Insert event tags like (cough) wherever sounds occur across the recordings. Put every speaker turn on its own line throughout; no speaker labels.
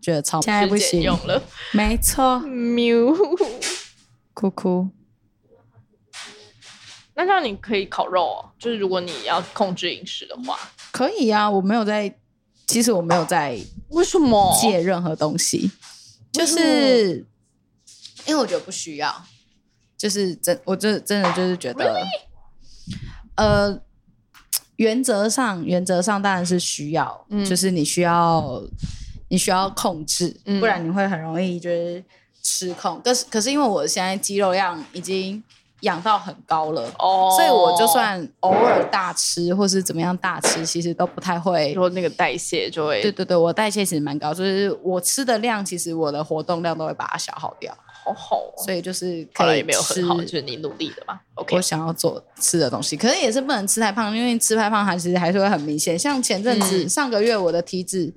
觉得超
现哎在不
直接
行，
用
(laughs)
了，
没错，
喵。
哭哭。
那这样你可以烤肉哦，就是如果你要控制饮食的话，
可以啊，我没有在，其实我没有在
为什么
戒任何东西，就
为什
是因为我觉得不需要，就是真我真真的就是觉得呃，原则上原则上当然是需要，
嗯
就是你需要你需要控制，
嗯
不然你会很容易就是失控。可是可是因为我现在肌肉量已经养到很高了。
哦，
所以我就算偶尔大吃或是怎么样大吃，其实都不太会
说那个代谢就会
对对对，我代谢其实蛮高，就是我吃的量，其实我的活动量都会把它消耗掉，
好好哦，
所以就是
后
可
来
以
也没有
吃
很好，就是你努力的嘛。OK，
我想要做吃的东西，可是也是不能吃太胖，因为吃太胖还其实还是会很明显。像前阵子、
嗯
上个月我的体脂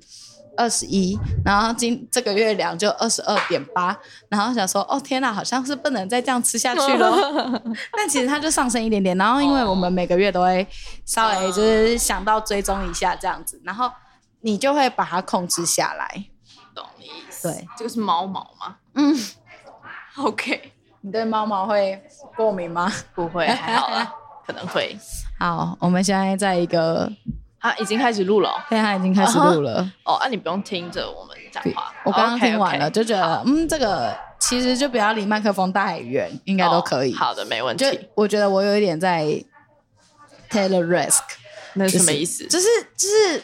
二十一，然后今这个月量就二十二点八，然后想说哦天哪，好像是不能再这样吃下去了。 (laughs) 但其实它就上升一点点，然后因为我们每个月都会稍微就是想到追踪一下这样子，然后你就会把它控制下来。
懂你意思。
对，
这个是猫毛吗
嗯，
？OK，
你对猫毛会过敏吗？(laughs)
不会，还好啦，可能会。
好，我们现在在一个，
啊，已经开始录了哦
现在已经开始录了。 (laughs)
哦，啊，你不用听着我们讲话。
我刚刚听完了
哦 OK，OK
就觉得，嗯，这个其实就不要离麦克风太远，应该都可以。
哦好的，没问
就
题。
我觉得我有一点在 Taylor Risk，
那
就
是什么意思？
就是就是，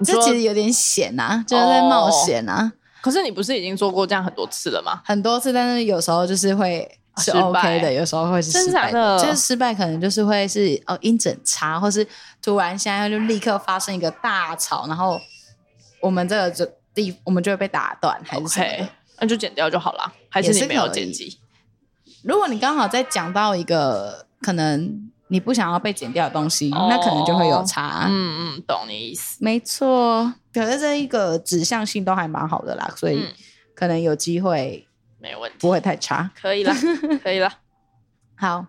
你
这
说哦
其实有点险啊，就是在冒险啊，
可是你不是已经做过这样很多次了吗？
很多次，但是有时候就是会。是
失败
OK 的，有时候会是失败
真的假的
就是失败可能就是会是哦音准差，或是突然现在就立刻发生一个大吵，然后我们这个就地我们就会被打断还是什么的
OK，那就剪掉就好啦。还
也
是
是
你没有
可以
剪辑？
如果你刚好在讲到一个可能你不想要被剪掉的东西，
哦
那可能就会有差。
嗯嗯，懂你意思。
没错，可是这一个指向性都还蛮好的啦，所以
嗯
可能有机会
没问题，
不会太差。(laughs)
可以啦，可以啦。
好，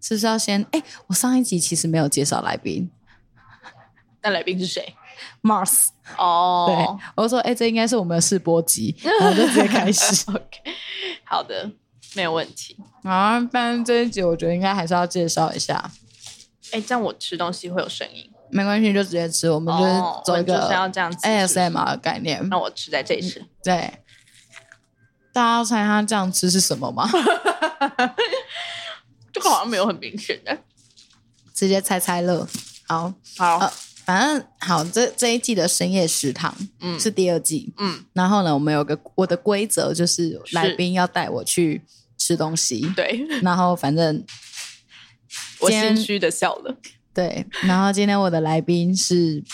是不是要先？哎、我上一集其实没有介绍来宾
那来宾是谁？
Mars，对、
哦，。
我说，哎、这应该是我们的试播集，然后就直接开始
OK，好 (laughs) 的，没有问题。
然后，但这一集我觉得应该还是要介绍一下，
哎、这样我吃东西会有声音，
没关系，就直接吃，我们就是
哦
走一
我们就是要
个
这样子是不是
ASMR 的概念。
那我吃在这里吃，
对，大家要猜他这样吃是什么吗？
这个好像没有很明显的。
(laughs) 直接猜猜乐。好，
好，
呃反正好，这这一季的深夜食堂，
嗯
是第二季。
嗯，
然后呢，我们有个我的规则就是，
是
来宾要带我去吃东西。
对
然后反正
我
今天
心虚的笑了。
对，然后今天我的来宾是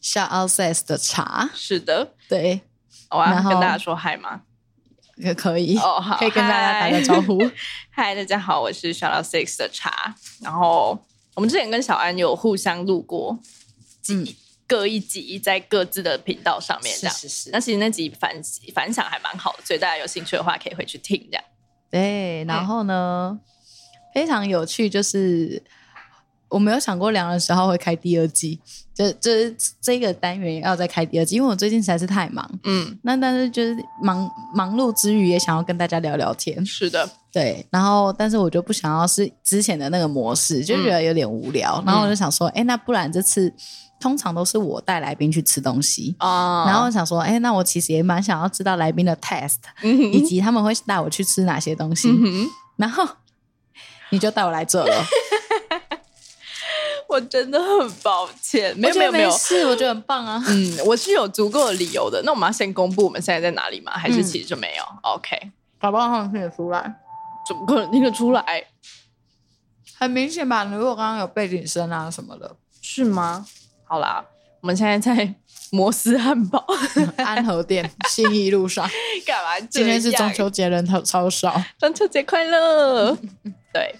s h a l s e s 的茶，
是的，
对，
我要
然后
跟大家说嗨吗？
也可以，
哦，好，
可以跟大家打
嗨
个招 (laughs) 呼。
嗨，大家好，我是小老 Six 的茶。然后我们之前跟小安有互相录过
嗯，
各一集，在各自的频道上面这
是
样。
是是
那。其实那集反反响还蛮好的，所以大家有兴趣的话可以回去听这样。
对，然后呢，非常有趣，就是我没有想过两人十号会开第二季，就就是这个单元要再开第二季，因为我最近实在是太忙。
嗯，
那但是就是忙忙碌之余，也想要跟大家聊聊天，
嗯是的，
对。然后，但是我就不想要是之前的那个模式，就觉得有点无聊。然后我就想说，哎、那不然这次通常都是我带来宾去吃东西，
啊
然后我想说，哎、那我其实也蛮想要知道来宾的 test，、以及他们会带我去吃哪些东西。
嗯
然后你就带我来这 (laughs) 了，
哼，我真的很抱歉，没有没有没有，
是我觉得很棒啊。
嗯，我是有足够的理由的。那我们要先公布我们现在在哪里吗？还
嗯
是其实就没有、o k
搞不好他们听得出来，
怎么可能听得出来？
很明显吧？如果刚刚有背景声啊什么的，
是吗？好啦，我们现在在摩斯
(laughs)
汉堡，
(laughs) 安和店信义路 (laughs) 上，
干嘛？
今天是中，秋节，人头超少。
中秋节快乐！对，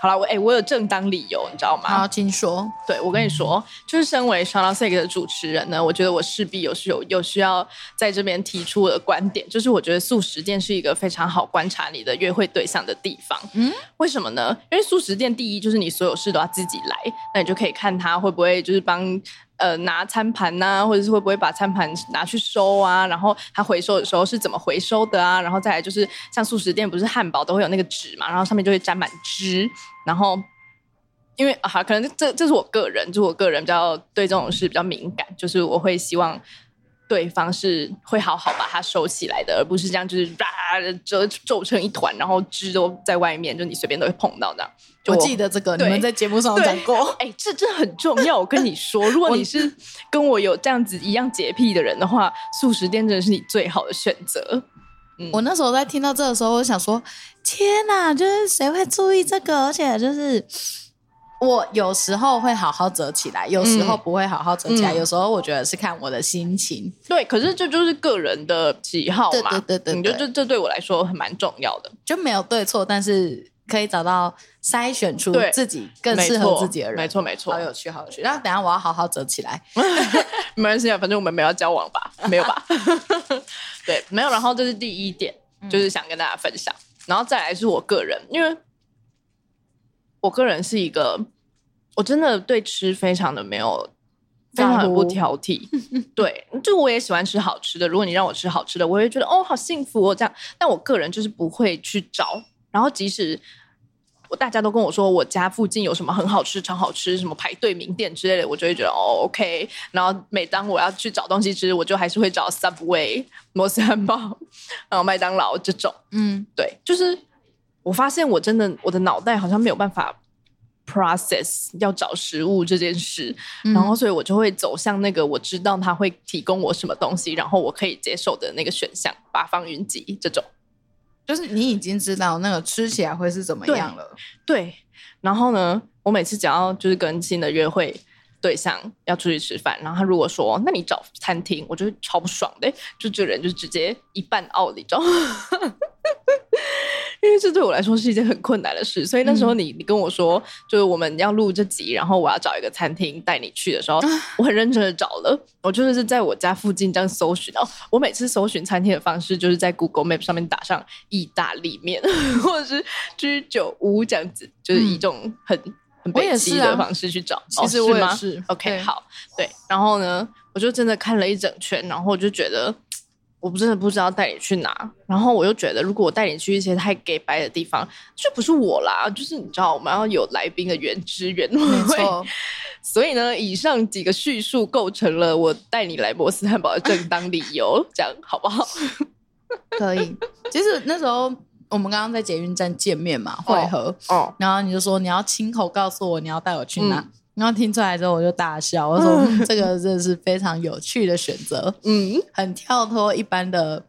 好啦，我哎、我有正当理由，你知道吗？
好，请说。
对，我跟你说，就是身为《s h o u t Out Sick》的主持人呢，我觉得我势必有是有有需要在这边提出我的观点，就是我觉得素食店是一个非常好观察你的约会对象的地方。嗯
嗯，
为什么呢？因为素食店第一就是你所有事都要自己来，那你就可以看他会不会就是帮呃拿餐盘呐、或者是会不会把餐盘拿去收啊，然后它回收的时候是怎么回收的啊，然后再来就是像素食店不是汉堡都会有那个纸嘛，然后上面就会沾满汁，然后。因为啊，好可能这这是我个人，就是我个人比较对这种事比较敏感，就是我会希望对方是会好好把它收起来的，而不是这样就是啊皱皱成一团，然后汁都在外面，就你随便都会碰到这样。就
我记得这个，你
对
们在节目上有讲过。
哎、这这很重要。我跟你说，如果你是跟我有这样子一样洁癖的人的话，素食店真的是你最好的选择。
(laughs) 我那时候在听到这的时候，我想说：天哪，就是谁会注意这个？而且就是我有时候会好好折起来，有时候不会好好折起来，
嗯
有时候我觉得是看我的心情。
对，可是这就是个人的喜好嘛，
对对对对
你就
对
这这对我来说很蛮重要的。
就没有对错，但是可以找到筛选出
对
自己更
没
适合
错
自己的人。
没错没错
好。有趣，好有趣。那等一下我要好好折起来。
没关系啊，反正我们没有要交往吧？没有吧？ (laughs) 对，没有。然后这是第一点，就是想跟大家分享。然后再来是我个人，因为我个人是一个，我真的对吃非常的没有，非常的不挑剔。对，就我也喜欢吃好吃的。如果你让我吃好吃的，我会觉得哦，好幸福哦，这样。但我个人就是不会去找，然后即使我大家都跟我说我家附近有什么很好吃、超好吃、什么排队名店之类的，我就会觉得哦，OK。然后每当我要去找东西吃，我就还是会找 Subway、摩斯汉堡，然后呃麦当劳这种。
嗯，
对，就是我发现我真的我的脑袋好像没有办法 process 要找食物这件事，然后所以我就会走向那个我知道他会提供我什么东西，然后我可以接受的那个选项，八方云集这种。
就是你已经知道那个吃起来会是怎么样了。
哦对，然后呢，我每次只要就是跟新的约会对象要出去吃饭，然后他如果说那你找餐厅，我就会超不爽的，就这个人就直接一半 out 你知道吗？ (laughs) 因为这对我来说是一件很困难的事，所以那时候你、你跟我说，就是我们要录这集，然后我要找一个餐厅带你去的时候，我很认真的找了，我就是在我家附近这样搜寻哦。我每次搜寻餐厅的方式就是在 Google Map 上面打上意大利面 (laughs) 或者是居酒屋这样子，就是以一种很、很
嗯我也
北
是
极
啊
的方式去找。
其实我也
哦吗
是
OK，
对
好，对。然后呢，我就真的看了一整圈，然后我就觉得，我真的不知道带你去哪。然后我又觉得，如果我带你去一些太 gay 白的地方，就不是我啦，就是你知道，我们要有来宾的原汁原
没
味。
错，
(laughs) 所以呢，以上几个叙述构成了我带你来摩斯汉堡的正当理由，这样好不好？
可以。其实那时候我们刚刚在捷运站见面嘛，会合，
哦，
然后你就说你要亲口告诉我你要带我去
嗯
哪。然后听出来之后，我就大笑。我说：“嗯这个真的是非常有趣的选择，
嗯，
很跳脱一般的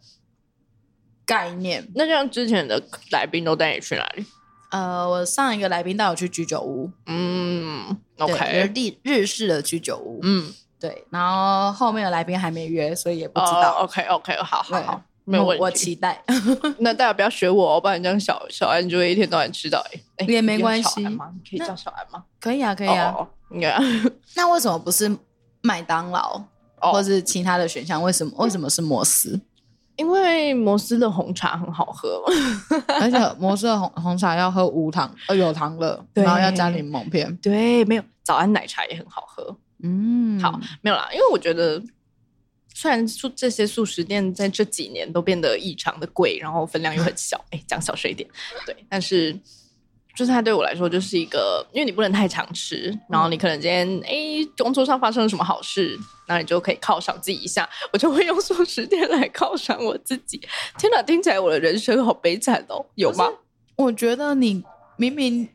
概念。
那像之前的来宾都带你去哪里？”
呃，我上一个来宾带我去居酒屋，
嗯
对就是
，OK，
日日式的居酒屋，
嗯，
对。然后后面的来宾还没约，所以也不知
哦
道。
，OK，OK，好好好
对，
没有
我
问题。
我期待。 (laughs)
那大家不要学我、哦，不然这样小小安就会一天到晚迟到。哎、哎
也没
你叫
关
小
系
安吗你可以叫小安吗？
可以啊，可
可
以啊。
哦哦哦
那为什么不是麦当劳、
哦
或是其他的选项？为什么为什么是摩斯？ (laughs)
因为摩斯的红茶很好喝嘛。
而且摩斯的红红茶要喝无糖，呃，有糖的，
对
然后要加柠檬片。
对，没有早安奶茶也很好喝。
嗯，
好，没有啦，因为我觉得。虽然说这些素食店在这几年都变得异常的贵，然后分量又很
(laughs)
小，哎、讲小声一点，对，但是就是它对我来说就是一个，因为你不能太常吃，然
嗯
后你可能今天哎、工作上发生了什么好事，那你就可以犒赏自己一下，我就会用素食店来犒赏我自己。天哪，听起来我的人生好悲惨哦，有吗？
我觉得你明明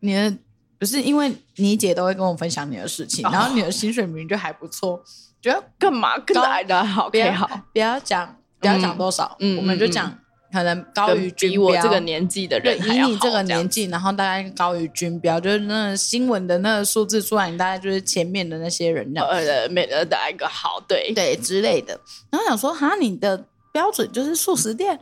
你的不是因为你姐都会跟我分享你的事情，
哦
然后你的薪水明明就还不错，觉得
(laughs) 干嘛跟
高
来的好
不要
？OK，好，
不要讲不要讲多少，
嗯
我们就讲可能高于
跟
均
比
标。
我这个年纪的
对，
人还
以
要
你这个
好样
年纪，然后大概高于均标，就是那个新闻的那个数字出来，你大概就是前面的那些人这样，
呃，美的打一个好，对，
对之类的。然后想说，哈，你的标准就是素食店，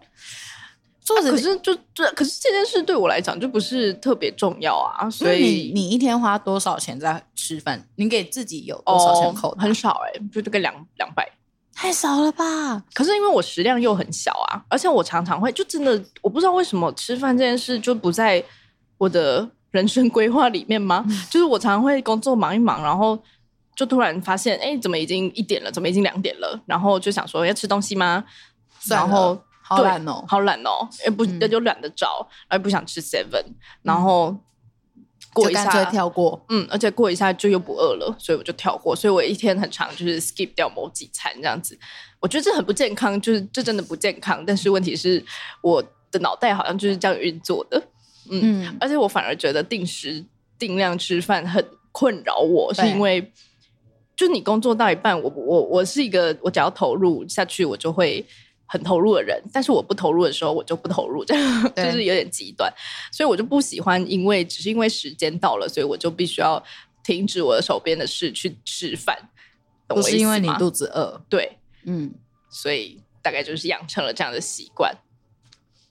素食
可
店，
是就这，可是这件事对我来讲就不是特别重要啊，所
那你
以
你一天花多少钱在吃饭？你给自己有多少
哦
钱口袋？
很少哎、就这个两两百。
太少了吧？
可是因为我食量又很小啊，而且我常常会就真的我不知道为什么吃饭这件事就不在
嗯
我的人生规划里面吗？就是我常常会工作忙一忙，然后就突然发现，哎，怎么已经一点了？怎么已经两点了？然后就想说要吃东西吗？
算了
然后
好
对
懒哦。
好懒哦，也不
嗯
也就懒得找，然后不想吃 seven，然后过
就
一
干脆
下，
跳过，
嗯，而且过一下就又不饿了，所以我就跳过，所以我一天很长就是 skip 掉某几餐这样子，我觉得这很不健康，就是这真的不健康，但是问题是我的脑袋好像就是这样运作的，
嗯，
而且我反而觉得定时定量吃饭很困扰我，
对
是因为就你工作到一半，我我我是一个我只要投入下去，我就会很投入的人，但是我不投入的时候，我就不投入，这 (laughs) 样
对
就是有点极端，所以我就不喜欢，因为只是因为时间到了，所以我就必须要停止我的手边的事去吃饭，懂
不
我
是
意思
因为你
吗
肚子饿，
对，
嗯，
所以大概就是养成了这样的习惯。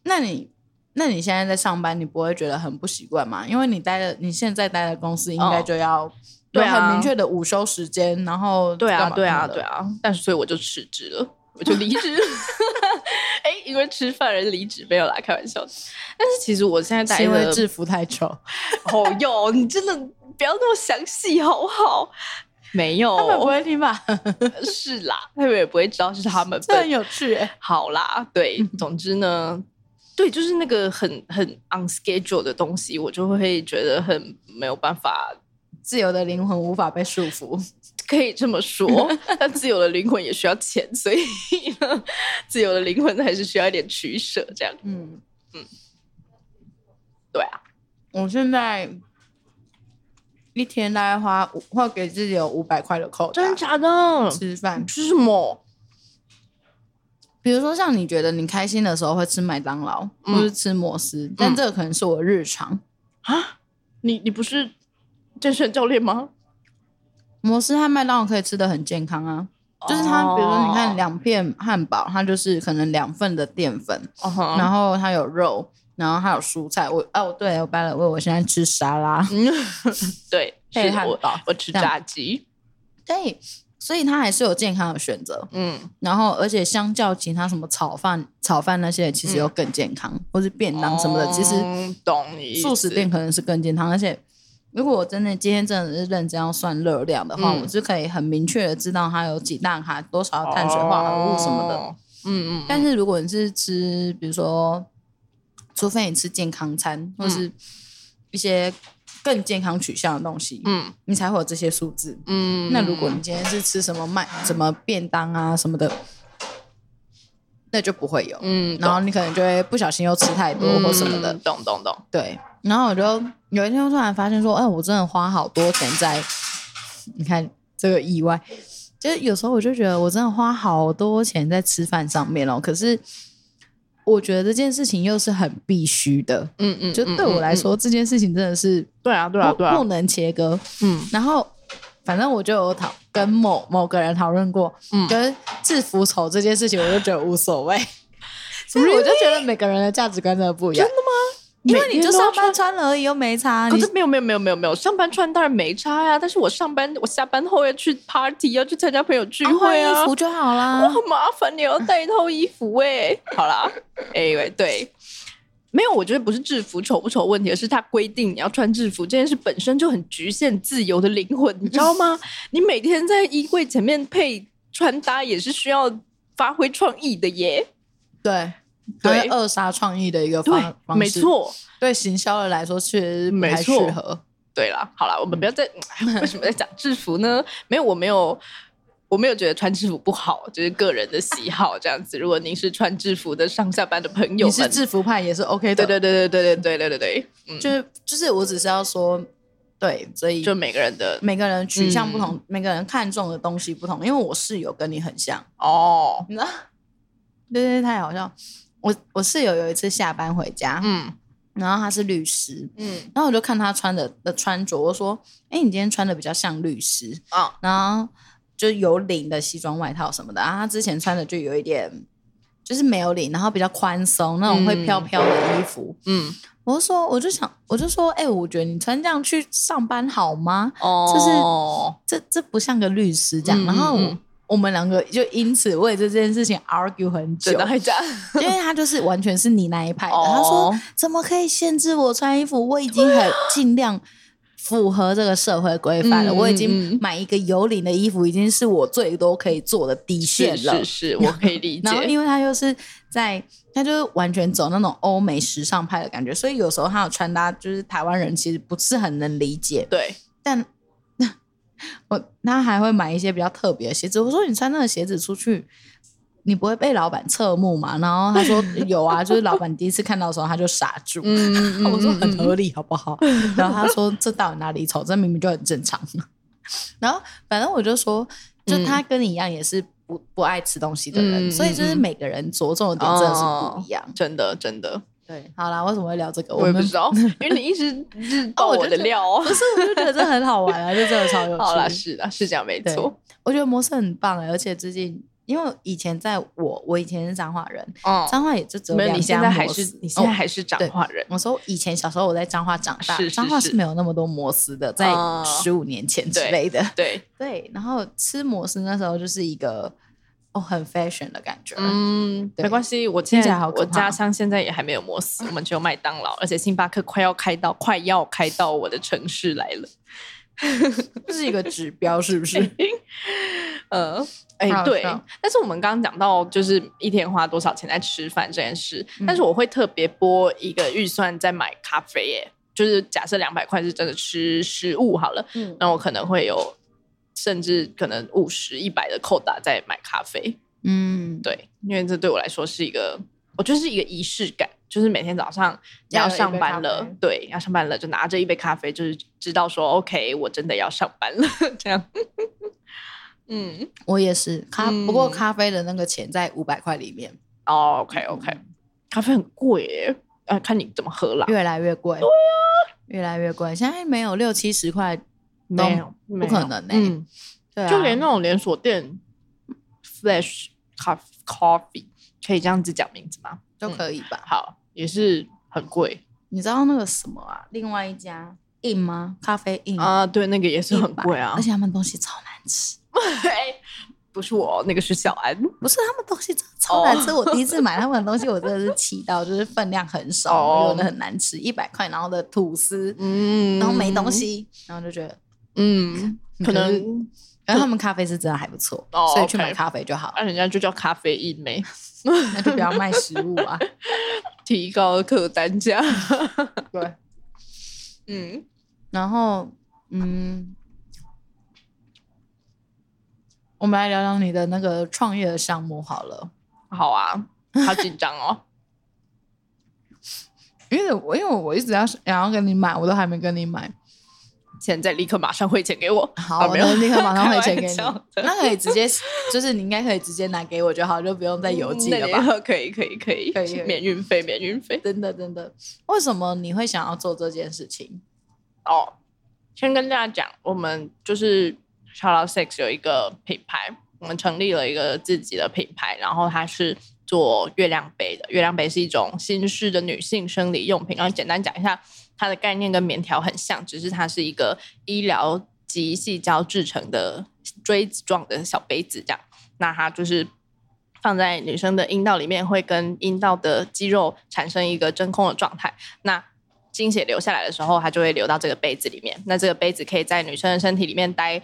那你那你现在在上班，你不会觉得很不习惯吗？因为你待的你现在待的公司应该就要有
哦对啊
很明确的午休时间，然后
对啊，
干嘛
对啊，
干嘛的
对，啊，但是所以我就辞职了，我就离职。 (laughs) 哎、因为吃饭而离职，没有啦，开玩笑的。但是其实我现在待
是因为
的
制服太丑，
哦哟，你真的不要那么详细好不好？没有，
他们不会听吧？
是啦，他们也不会知道是他们
这
笨
很有趣
(laughs)
欸，
好啦，对，总之呢，嗯对，就是那个很很 on schedule 的东西，我就会觉得很没有办法
自由的灵魂无法被束缚，
可以这
(laughs)
么说，但自由的灵魂也需要钱，所以 (laughs) 呢，自由的灵魂还是需要一点取舍，这样
嗯。
对啊，
我现在一天大概花五，会给自己有五百块的扣打
假的
吃饭。
吃啊什么？
比如说，像你觉得你开心的时候会吃麦当劳，
嗯
或是吃摩斯，但这个可能是我日常。
啊？你你不是健身教练吗？
摩斯和麦当劳可以吃的很健康啊，就是它，
哦
比如说你看两片汉堡，它就是可能两份的淀粉，
嗯哼
然后它有肉，然后还有蔬菜。我哦，对，我拜了，我我现在吃沙拉， (laughs)
嗯对，
配
是的
汉
我
堡
我吃
这样
炸鸡，
对，所以它还是有健康的选择。
嗯，
然后，而且相较其他什么炒饭、炒饭那些，其实又更健康，或是便当什么的，其实
嗯懂你意
素食
思
店可能是更健康。而且，如果我真的今天真的是认真要算热量的话，
嗯
我是可以很明确的知道它有几大卡、多少碳水化合物什么的。
哦，嗯嗯嗯，
但是如果你是吃，比如说，除非你吃健康餐，或
嗯
是一些更健康取向的东西，
嗯
你才会有这些数字。
嗯，
那如果你今天是吃什么麦、什么便当啊什么的，那就不会有。
嗯，
然后
懂
你可能就会不小心又吃太多或什么的，
嗯懂懂懂，
对。然后我就有一天突然发现说，哎，我真的花好多钱在，你看这个意外，就是有时候我就觉得我真的花好多钱在吃饭上面哦。可是我觉得这件事情又是很必须的，
嗯嗯，
就
嗯
对我来，
嗯
说这件事情真的是
嗯对啊对啊
不
对啊
不，能切割。
嗯
然后反正我就有讨跟某某个人讨论过，
嗯
跟制服丑这件事情，我就觉得无所 (laughs) 谓。所以我就觉得每个人的价值观真的不一样。真的吗？因为你就上班穿了而已，又没差。啊
可
你
是没有没有没有没有没有，上班穿当然没差呀、但是我上班我下班后要去 party，要去参加朋友聚
啊换
会啊，
衣服就好
我
啦。
很麻烦，你要带一套衣服哎、
(laughs)
好啦，anyway，对。没有，我觉得不是制服丑不丑问题，而是它规定你要穿制服这件事本身就很局限自由的灵魂，你知道
(laughs)
吗？你每天在衣柜前面配穿搭也是需要发挥创意的耶。
对。
对
还是扼杀创意的一个方
对，
方式，
没。错，
对行销的来说，确实不
没
太
错
适合。
对啦，好啦，我们不要
嗯
再、哎为什么在讲制服
(laughs)
呢？没有，我没有，我没有觉得穿制服不好，就是个人的喜好这样子。如果您是穿制服的上下班的朋友
你
们，
是制服派也是 OK 的，
对对对对对对对对对对，嗯，就
就是就是，我只是要说，对，所以
就每个人的
每个人取向不同，
嗯
每个人看重的东西不同。因为我室友跟你很像， (laughs)
哦，
你知道？对对，对太好笑。我我室友有一次下班回家，
嗯
然后他是律师，
嗯
然后我就看他穿的的穿着，我说：“哎，你今天穿的比较像律师。
啊”
然后就有领的西装外套什么的，然啊后他之前穿的就有一点。就是没有领，然后比较宽松那种会飘飘的衣服。
嗯
我就说，我就想，我就说，哎、我觉得你穿这样去上班好吗？
哦，
这这不像个律师这样。
嗯
然后我,、
嗯嗯
们两个就因此为这件事情 argue 很久
真，的还这样， (laughs)
因为他就是完全是你那一派的。
哦
他说：“怎么可以限制我穿衣服？我已经很尽量符合这个社会规范了。
嗯
我已
嗯
经
嗯
买一个有领的衣服，已经是我最多可以做的底线
是
了。
是是，我可以理解
(laughs) 然。后，因为他又是在，他就是完全走那种欧美时尚派的感觉，所以有时候他的穿搭就是台湾人其实不是很能理解。
对，
但 (laughs) 我他还会买一些比较特别的鞋子。我说你穿那个鞋子出去，你不会被老板侧目嘛？然后
(laughs)
他说有啊，就是老板第一次看到的时候他就傻住。
嗯，
我说
嗯
很合理，好不好？然后他说这到底哪里丑？这明明就很正常。然后反正我就说，就他跟你一样也是不不爱吃东西的人，
嗯
所以就是
嗯嗯
每个人着重的点真的是不一样。
真的真的，
对，好啦，为什么会聊这个？
我也不
们
知道，因为你一直就是爆
我就
我的
觉得
料哦。
不是，我 (laughs) 就觉得这很好玩啊，就真的超有趣。
好啦，是啦，是这样没
对
错。
我觉得模式很棒、欸，而且最近因为以前在我我以前是彰化人，
哦，
彰化也就只有
没有，
两
你现
家
在还
摩斯
是你现在
哦
还是彰化人，
我说以前小时候我在彰化长大，
是是
彰化
是
是没有那么多摩斯的，在
哦
十五年前之
对
类的。
对，
对，然后吃摩斯那时候就是一个哦很 fashion 的感觉，
嗯，
对
没关系。我
听
现
起来
在
好可
我
怕
家乡现在也还没有摩斯，我们只有麦当劳，而且星巴克快要开到，快要开到我的城市来了。
这是一个指标是
(laughs)
不是？
呃，哎、
好
对
笑，
但是我们刚刚讲到，就是一天花多少钱在吃饭这件事，
嗯
但是我会特别拨一个预算在买咖啡耶，就是假设两百块是真的吃食物好了，
嗯，
那我可能会有甚至可能五十、一百的扣打在买咖啡，
嗯，
对，因为这对我来说是一个，我觉得是一个仪式感，就是每天早上你
要
要
有一
上
杯咖
班了
啡，
对，要上班了就拿着一杯咖啡，就是知道说 OK，我真的要上班了， (laughs) 这样，嗯。
我也是咖，
嗯
不过咖啡的那个钱在五百块里面，
哦，OK OK，咖
嗯
啡很贵耶，呃，看你怎么喝啦。
越来越贵，对
啊
越来越贵，现在没有六七十块，
没有，不
可能欸
嗯，
对啊，
就连那种连锁店，Flash Coffee Coffee 可以这样子讲名字吗？
就可以吧。
好，也是很贵
你知道那个什么啊？另外一家 In 吗？咖啡 In
啊、对，那个也是很贵啊
嗯而。且他们东西超难吃。
哎不是我，那个是小安。
不是他们东西真的超难吃，
哦 (laughs)
我第一次买他们的东西，我真的是气到，就是分量很少，
哦
有的很难吃，一百块，然后的吐司，
嗯
然后没东。西，然后就觉得，
嗯，可
可
能
然后他们咖啡是真的还不错，
哦
所以去买
OK
咖啡就好了，
那人家就叫咖啡一枚，
那就不要卖食物
(laughs)
啊。
提高客单价。
对，
嗯，
然后嗯，我们来聊聊你的那个创业的项目好了。
好啊，好紧张哦。 (laughs)
因为我因为我一直要想要跟你买，我都还没跟你买。
现在立刻马上汇钱给我。
好，
啊
我
没有
能立刻马上汇钱给 (laughs)
开玩笑
你。
的
那可以直接，就是你应该可以直接拿给我就好，就不用再邮寄了吧？？
可以，可以，可以，
可以可以
(laughs) 免运费，免运费。
真的真的，为什么你会想要做这件事情？
哦，先跟大家讲，我们就是 Shout Out Six 有一个品牌，我们成立了一个自己的品牌，然后它是做月亮杯的。月亮杯是一种新式的女性生理用品，然后简单讲一下它的概念跟棉条很像，只是它是一个医疗及细胶制成的锥子状的小杯子，这样。那它就是放在女生的阴道里面，会跟阴道的肌肉产生一个真空的状态。那经血流下来的时候，它就会流到这个杯子里面。那这个杯子可以在女生的身体里面待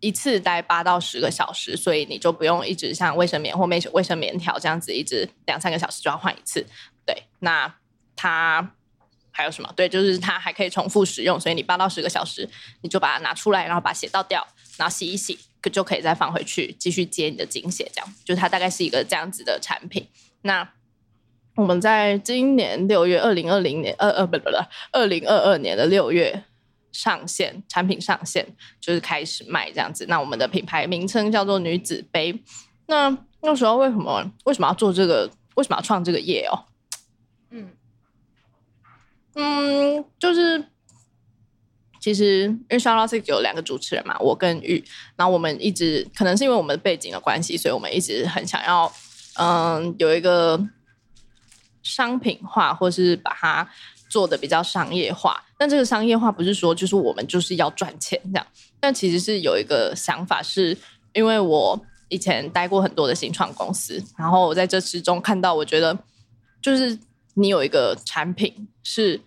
一次待八到十个小时，所以你就不用一直像卫生棉或卫生卫生棉条这样子，一直两三个小时就要换一次。对，那它还有什么？对，就是它还可以重复使用，所以你八到十个小时，你就把它拿出来，然后把血倒掉，然后洗一洗，可就可以再放回去继续接你的经血。这样，就是它大概是一个这样子的产品。那我们在今年六月，二零二零年，呃呃，不不不，二零二二年的六月上线，产品上线就是开始卖这样子。那我们的品牌名称叫做女子杯。那那时候为什么为什么要做这个？为什么要创这个业哦？
嗯
嗯，就是其实因为 Shout Out Six 有两个主持人嘛，我跟玉，然后我们一直可能是因为我们的背景的关系，所以我们一直很想要，嗯，有一个商品化，或是把它做的比较商业化。但这个商业化不是说就是我们就是要赚钱这样，但其实是有一个想法是，因为我以前待过很多的新创公司，然后我在这之中看到，我觉得就是你有一个产品是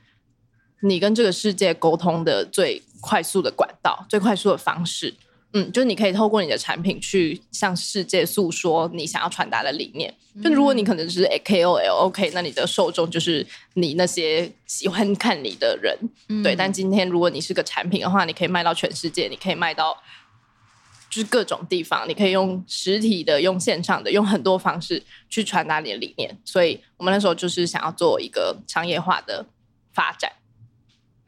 你跟这个世界沟通的最快速的管道、最快速的方式。嗯，就是你可以透过你的产品去向世界诉说你想要传达的理念。就如果你可能只是 KOL OK，那你的受众就是你那些喜欢看你的人，
嗯
对。但今天如果你是个产品的话，你可以卖到全世界，你可以卖到就是各种地方，你可以用实体的、用线上的、用很多方式去传达你的理念。所以我们那时候就是想要做一个商业化的发展。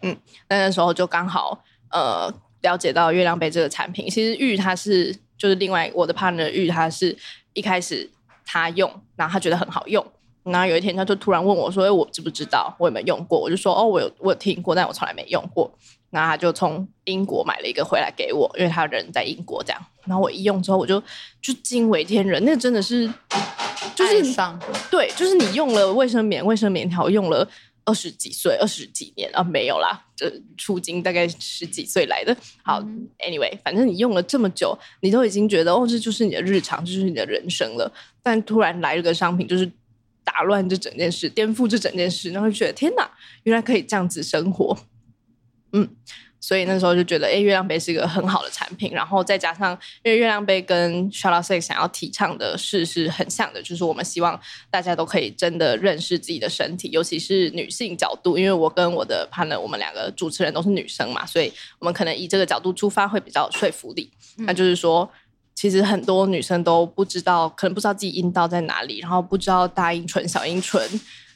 嗯，那那时候就刚好呃了解到月亮杯这个产品。其实玉它是就是另外我的 partner 玉，他是一开始他用，然后他觉得很好用。然后有一天他就突然问我说：“哎，我知不知道？我有没有用过？”我就说：“哦，我有，我有听过，但我从来没用过。”然后他就从英国买了一个回来给我，因为他人在英国这样。然后我一用之后，我就就惊为天人，那真的是就是
爱上
对，就是你用了卫生棉、卫生棉条用了二十几岁、二十几年啊，没有啦，这出经大概十几岁来的。好、a n y w a y 反正你用了这么久，你都已经觉得哦，这就是你的日常，这就是你的人生了。但突然来了个商品，就是打乱这整件事，颠覆这整件事，然后就觉得天哪，原来可以这样子生活。 (laughs) 嗯，所以那时候就觉得，哎、月亮杯是一个很好的产品。然后再加上，因为月亮杯跟 s h a l o Six 想要提倡的事是很像的，就是我们希望大家都可以真的认识自己的身体，尤其是女性角度。因为我跟我的 partner，我们两个主持人都是女生嘛，所以我们可能以这个角度出发会比较有说服力。
嗯
那就是说。其实很多女生都不知道，可能不知道自己阴道在哪里，然后不知道大阴唇、小阴唇，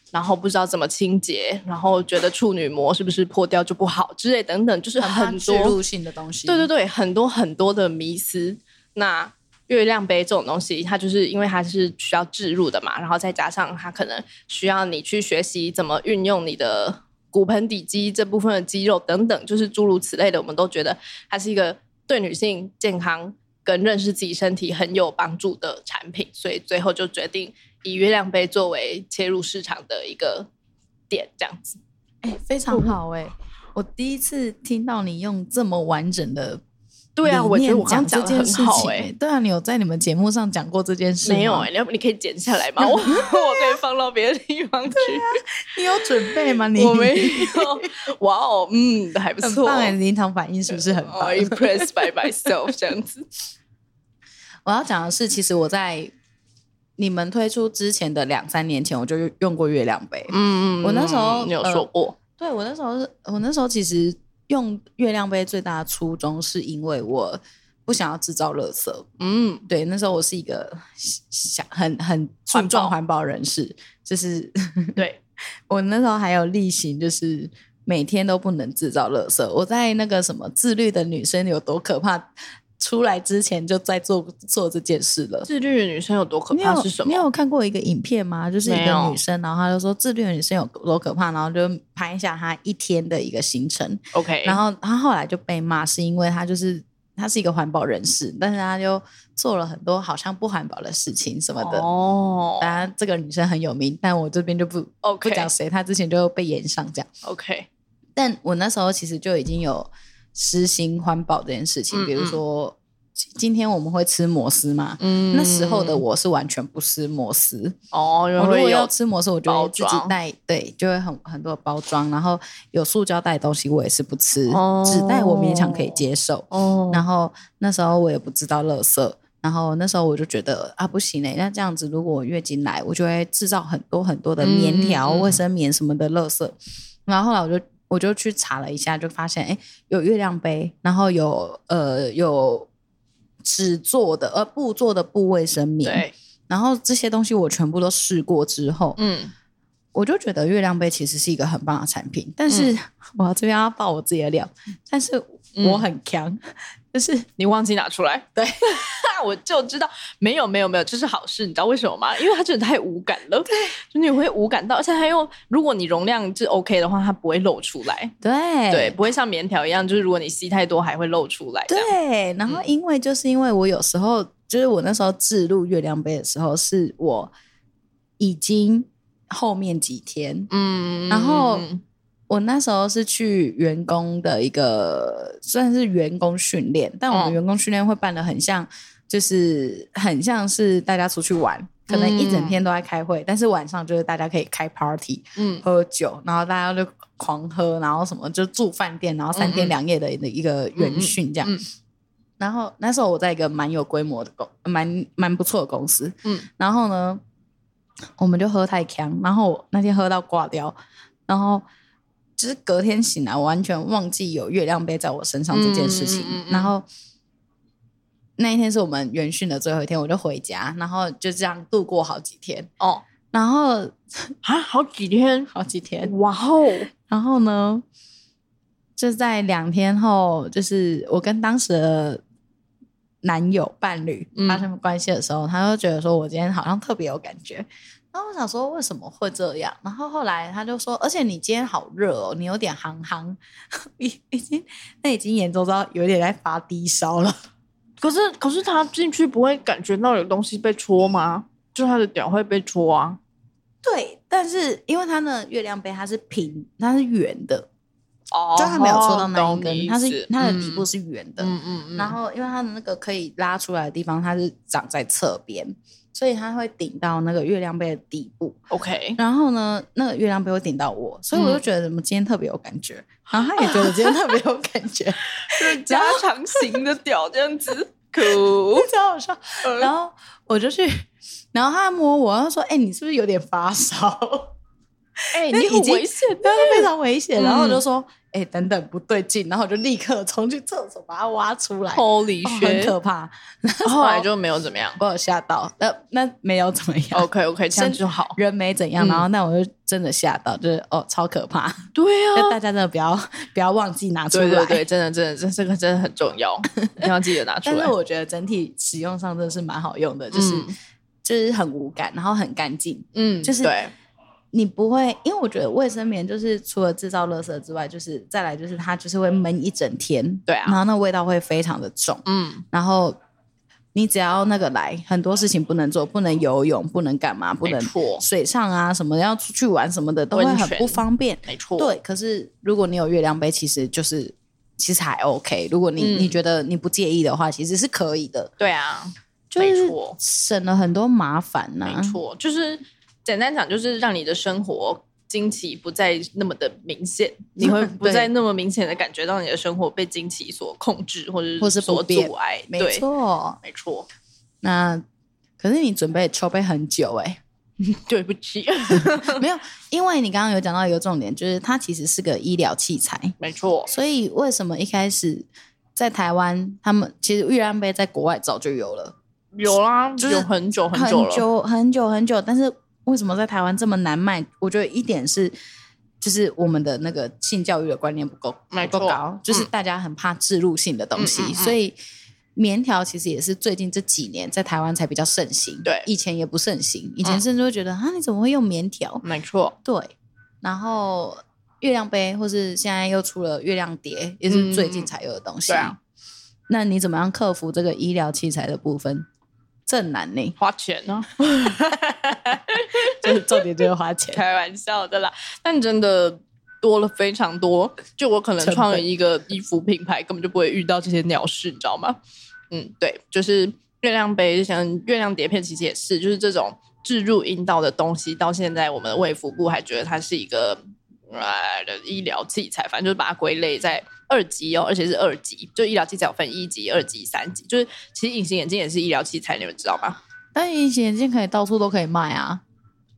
然后不知道怎么清洁，然后觉得处女膜是不是破掉就不好之类等等，就是
很
很
多
多
植入性的东西。
对对对，很多很多的迷思。那月亮杯这种东西，它就是因为它是需要置入的嘛，然后再加上它可能需要你去学习怎么运用你的骨盆底肌这部分的肌肉等等，就是诸如此类的，我们都觉得它是一个对女性健康跟认识自己身体很有帮助的产品，所以最后就决定以月亮杯作为切入市场的一个点，这样子。
哎、非常好哎、我第一次听到你用这么完整的
对啊，
理
我觉得
念
我刚刚
讲
讲
这
的
件
很
事
好
情
哎、
欸对啊，你有在你们节目上讲过这件事吗
没有哎、你要不你可以剪下来吗？我 (laughs) 我可以放到别的地方去。
你有准备吗？你
我没有。 (laughs) 哇哦，嗯，还不
很
错。
棒哎、你临场反应是不是很棒？
哦 impressed by myself 这样子。
我要讲的是，其实我在你们推出之前的两三年前，我就用过月亮杯。
嗯
我那时候
你有说过，
对我那时候是，我那时候其实用月亮杯最大的初衷是因为我不想要制造垃圾。
嗯，
对，那时候我是一个想很很注
环
重
保
环保人士，就是 (laughs)
对，
我那时候还有例行，就是每天都不能制造垃圾。我在那个什么自律的女生有多可怕，出来之前就在做做这件事了。
自律的女生有多可
你
怕
有
啊是什
你
么？
有看过一个影片吗？就是一
没
个
有
女生，然后她就说自律的女生有多可怕，然后就拍下她一天的一个行程，
OK，
然后她后来就被骂，是因为她就是她是一个环保人士，但是她就做了很多好像不环保的事情什么的。
哦
当然，这个女生很有名，但我这边就不不
OK
讲谁，她之前就被延上这样。
，OK，
但我那时候其实就已经有实行环保这件事情，
嗯
比如说今今天我们会吃摩斯嘛，
嗯
那时候的我是完全不吃摩斯，
哦，
我
原
如
来
果要
有
吃摩斯，我就
包
会自己
装
带，对，就会很很多包装，然后有塑胶袋的东西我也是不吃，
哦
纸袋我勉强可以接受。
哦
然后那时候我也不知道垃圾，然后那时候我就觉得啊不行嘞、那这样子如果我月经来，我就会制造很多很多的棉条、
嗯嗯嗯
卫生棉什么的垃圾。然后后来我就我就去查了一下，就发现哎有月亮杯，然后有呃有纸做的呃布做的布卫生棉，
对，
然后这些东西我全部都试过之后，
嗯，
我就觉得月亮杯其实是一个很棒的产品。但是、 (laughs) 我这边要爆我自己的料，但是我很强， (laughs) 就是
你忘记拿出来，
对，
(laughs) 我就知道，没有没有没有，这是好事，你知道为什么吗？因为它真的太无感了，对，就你会无感到，而且它又，如果你容量是 OK 的话，它不会漏出来，
对
对，不会像棉条一样，就是如果你吸太多还会漏出来，这样，
对，然后因为就是因为我有时候就是我那时候置入月亮杯的时候，是我已经后面几天，
嗯
然后我那时候是去员工的一个算是员工训练，但我们
嗯
员工训练会办的很像，就是很像是大家出去玩，可能一整天都在开会，但是晚上就是大家可以开 party
嗯，
喝酒，然后大家就狂喝，然后什么就住饭店，然后三
嗯
天两夜的一个元训这样。
嗯嗯
然后那时候我在一个蛮有规模的公，呃蛮蛮不错的公司，
嗯
然后呢，我们就喝太强，然后我那天喝到挂掉，然后就是隔天醒来，我完全忘记有月亮杯在我身上这件事情。
嗯嗯嗯嗯
然后那一天是我们元训的最后一天，我就回家，然后就这样度过好几天，
哦
然后
啊，好几天，
好几天，
哇哦，
然后呢，就在两天后，就是我跟当时的男友伴侣
嗯
发生关系的时候，他就觉得说我今天好像特别有感觉。然后我想说为什么会这样？然后后来他就说，而且你今天好热哦，你有点行行， (laughs) 已已经那已经严重到有点在发低烧了。 (laughs)
可是可是他进去不会感觉到有东西被戳吗？就他的屌会被戳啊？
对，但是因为他的月亮杯它是平，它是圆的，
哦
就它没有戳到那一
懂你
根，
意
它
思
是它的底
嗯
部是圆的。
嗯嗯嗯，
然后因为它的那个可以拉出来的地方，它是长在侧边，所以它会顶到那个月亮杯的底部。
OK，
然后呢，那个月亮杯会顶到我，所以我就觉得怎么今天特别有感觉，然后他也觉得今天特别有感觉，
就是加长型的屌这样子， (laughs) 酷，
超好笑。然后我就去， (laughs) 然后他摸我，他说：“哎、你是不是有点发烧？”
哎、
那
你很
已经
危险的
对，非常危险。然后我就
嗯
说：“哎、等等，不对劲。”然后我就立刻冲去厕所把它挖出来，哦、
，Holy
很
shit！
可怕。
后来就没有怎么样。
我有吓到，那那没有怎么样。
OK OK，这样
是
就好。
人没怎样，
嗯
然后那我就真的吓到，就是哦，超可怕！ (laughs)
对啊
那、大家真的不要不要忘记拿出来。
对对对，真的真的，这这个真的很重要，一定要记得拿出
(laughs) 但
来
是。我觉得整体使用上真的是蛮好用的，就是、
嗯
就是很无感，然后很干净。
嗯，
就是
对，
你不会，因为我觉得卫生棉就是除了制造垃圾之外，就是再来就是它就是会闷一整天，
对啊
然后那味道会非常的重，
嗯，
然后你只要那个来，很多事情不能做，不能游泳，不能干嘛，不
没
能
错，
水上啊什么要出去玩什么的都会
温
很
泉
不方便。
没错，
对，可是如果你有月亮杯，其实就是其实还 OK。如果你、
嗯
你觉得你不介意的话，其实是可以的，
对啊，
就
没
是啊
错
省了很多麻烦呐、
没错，就是简单讲，就是让你的生活惊奇不再那么的明
(laughs)
显，你会不
对
再那么明显的感觉到你的生活被惊奇所控制，或者
或是不
所
变
阻碍。
没
对，
错。
没错，
那可是你准备筹备很久哎、
对不起，
(laughs)
(laughs)
没有，因为你刚刚有讲到一个重点，就是它其实是个医疗器材，
没
(laughs)
错，
所以为什么一开始在台湾他们其实月亮杯在国外早就有了，
有啦，
就是
有很久很久了，
久很久很久，但是为什么在台湾这么难卖？我觉得一点是，就是我们的那个性教育的观念不够
没
不
错嗯
够高，就是大家很怕植入性的东西，
嗯嗯嗯
所以棉条其实也是最近这几年在台湾才比较盛行，
对
以前也不盛行，以前甚至会觉得、啊你怎么会用棉条？
没错，
对，然后月亮杯或是现在又出了月亮碟，也是最近才有的东西。
对啊
那你怎么样克服这个医疗器材的部分？正难呢、
花钱啊呢、
(laughs) 就是重点就是花 (laughs) 钱。
(laughs) 开玩笑的啦，但真的多了非常多。就我可能
成本
创了一个衣服品牌，根本就不会遇到这些鸟事，你知道吗？嗯，对，就是月亮杯，像月亮碟片，其实也是，就是这种置入阴道的东西，到现在我们的卫福部还觉得它是一个呃的医疗器材，反正就是把它归类在二级哦，而且是二级，就医疗器材有分一级、二级、三级，就是其实隐形眼镜也是医疗器材，你们知道吗？
但隐形眼镜可以到处都可以卖啊。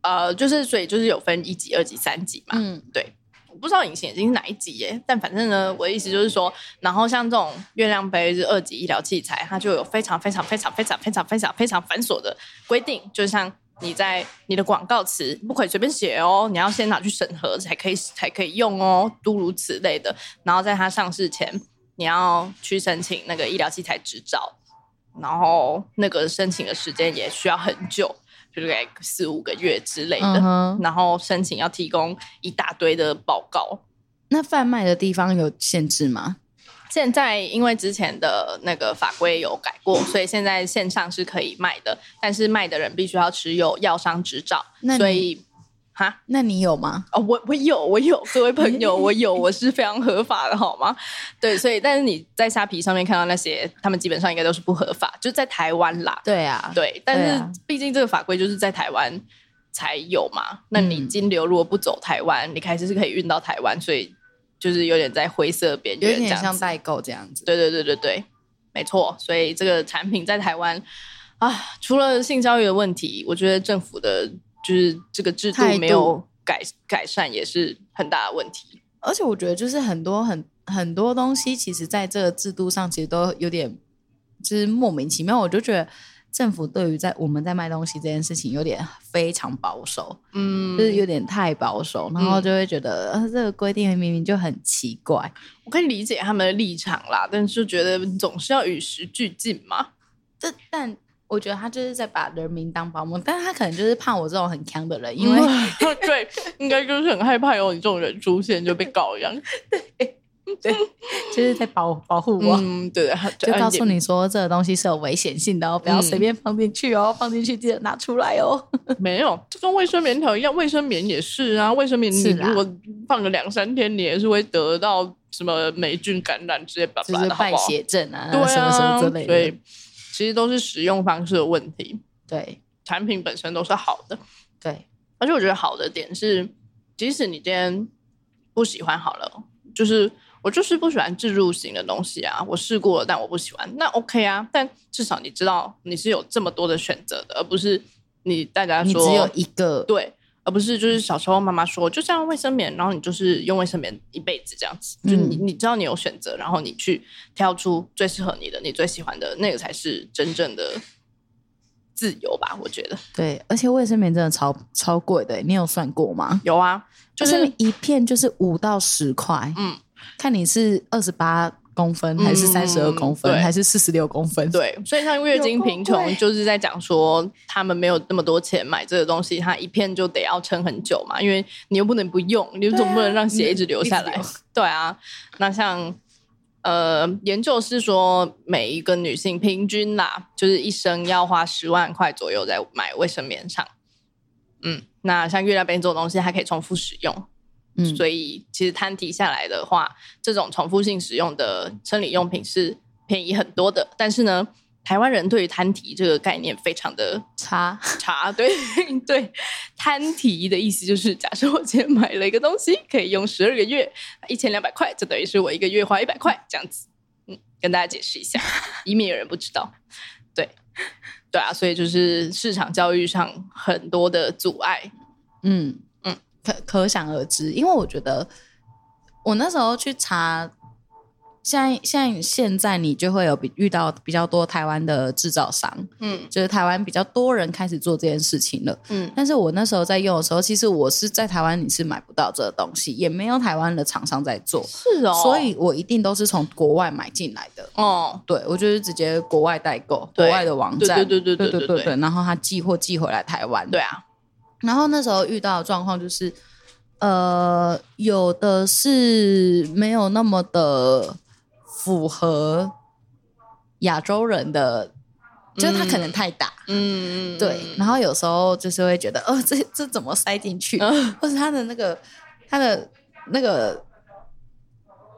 呃，就是所以就是有分一级、二级、三级嘛。
嗯，
对，我不知道隐形眼镜是哪一级耶，但反正呢，我的意思就是说，然后像这种月亮杯是二级医疗器材，它就有非常非常非常非常非常非常非常繁琐的规定，就像。你在你的广告词不可以随便写哦，你要先拿去审核才可以才可以用哦，诸如此类的。然后在它上市前，你要去申请那个医疗器材执照，然后那个申请的时间也需要很久，就是来四五个月之类的。
嗯哼。
然后申请要提供一大堆的报告。
那贩卖的地方有限制吗？
现在因为之前的那个法规有改过，所以现在线上是可以卖的，但是卖的人必须要持有药商执照
那，你
所以哈，
那你有吗？
哦，我我有我有，各位朋友，我有，我是非常合法的，好吗？对，所以但是你在虾皮上面看到那些，他们基本上应该都是不合法，就是在台湾啦。
对啊，
对，但
对
是
啊
毕竟这个法规就是在台湾才有
嗯
嘛。那你金流如果不走台湾，你开始是可以运到台湾，所以就是有点在灰色边
有
缘，
一
这
点
样
像
子
代购这样子。
对对对对对，没错。所以这个产品在台湾啊，除了性教育的问题，我觉得政府的就是这个制度
态度
没有改改善，也是很大的问题。
而且我觉得就是很多很很多东西，其实在这个制度上其实都有点就是莫名其妙。我就觉得政府对于在我们在卖东西这件事情有点非常保守，
嗯，
就是有点太保守，然后
嗯
就会觉得、呃这个规定明明就很奇怪。
我可以理解他们的立场啦，但是就觉得总是要与时俱进嘛。
这但我觉得他就是在把人民当保姆，但是他可能就是怕我这种很强的人，因为、
嗯 (laughs) 对，应该就是很害怕有你这种人出现就被告一样。
(laughs) 就是在保保护我。
嗯，对对，
就告诉
你。嗯
你说，这个东西是有危险性的哦，不要随便放进去哦，放进去记得拿出来哦。
没有，就跟卫生棉条一样，卫生棉也是啊。卫生棉你
是啦
如果放个两三天，你也是会得到什么霉菌感染之类，
(laughs)
巴
就
拉
是
的，好
败
啊不好？
血症啊，
对啊，
什么什么之类
所以
的。
其实都是使用方式的问题，
对
产品本身都是好的。
对，
而且我觉得好的点是，即使你今天不喜欢好了，就是我就是不喜欢自助型的东西啊，我试过了，但我不喜欢，那 OK 啊。但至少你知道你是有这么多的选择的，而不是你大家
你
说
只有一个，
对，而不是就是小时候妈妈说就这样卫生棉，然后你就是用卫生棉一辈子这样子，就你
嗯
你知道你有选择，然后你去挑出最适合你的、你最喜欢的那个才是真正的自由吧？我觉得
对，而且卫生棉真的超超贵的，欸你有算过吗？
有啊，就
卫生
是
棉一片就是五到十块，
嗯，
看你是二十八公分还是
嗯
三十二公分
对
还是四十六公分，
对，所以像月经贫
有够贵
穷就是在讲说他们没有那么多钱买这个东西，他一片就得要撑很久嘛，因为你又不能不用，你
对啊
总不能让血一直流下
(laughs) 一
来
直流。
对啊，那像呃，研究是说每一个女性平均啦，就是一生要花十万块左右在买卫生棉上。嗯，那像月亮杯这种东西，它可以重复使用，
嗯，
所以其实摊提下来的话，这种重复性使用的生理用品是便宜很多的。但是呢，台湾人对于摊提这个概念非常的
差。
差。对 (laughs) 对，摊提的意思就是，假设我今天买了一个东西，可以用十二个月，一千两百块，就等于是我一个月花一百块这样子。嗯，跟大家解释一 (laughs) 下，以免有人不知道。对对啊，所以就是市场教育上很多的阻碍。
嗯嗯
嗯，
可可想而知，因为我觉得我那时候去查，像像现在你就会有比遇到比较多台湾的制造商，
嗯
就是台湾比较多人开始做这件事情了。
嗯
但是我那时候在用的时候，其实我是在台湾你是买不到这个东西，也没有台湾的厂商在做，
是哦，
所以我一定都是从国外买进来的。
哦。
对，我就是直接国外代购，国
对
外的网站，
对对对
对
对对
对
对
对，然后他寄货寄回来台湾，
对啊，
然后那时候遇到的状况就是，呃，有的是没有那么的符合亚洲人的，就是他可能太大，
嗯，嗯
对。然后有时候就是会觉得，哦，这这怎么塞进去？
嗯
(laughs) 或者他的那个他的那个。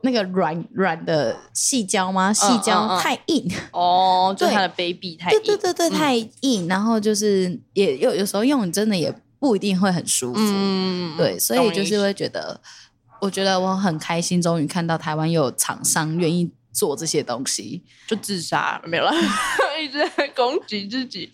那个软软的细胶吗？细胶、
嗯嗯
太硬，
哦，就
对
他的卑鄙太
对对
硬，
对对，
嗯
太硬。然后就是也有有时候用，真的也不一定会很舒服。
嗯，
对，所以就是
懂
会觉得，我觉得我很开心，终于看到台湾有厂商愿意做这些东西。
你就自杀没有了， (laughs) 一直在攻击自己，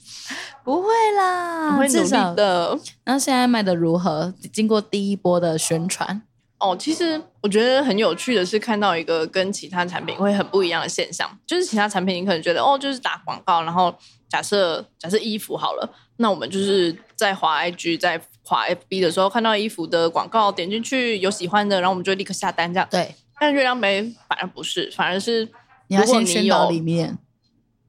不会啦，
我会努
至
力
少。
的。
那现在卖的如何？经过第一波的宣传，
哦，其实我觉得很有趣的是，看到一个跟其他产品会很不一样的现象，就是其他产品你可能觉得哦，就是打广告，然后假设假设衣服好了，那我们就是在滑 IG 在滑 FB 的时候看到衣服的广告，点进去有喜欢的，然后我们就立刻下单这样。
对，
但月亮杯反而不是，反而是
你要
如果
先
你
宣导
有
里面，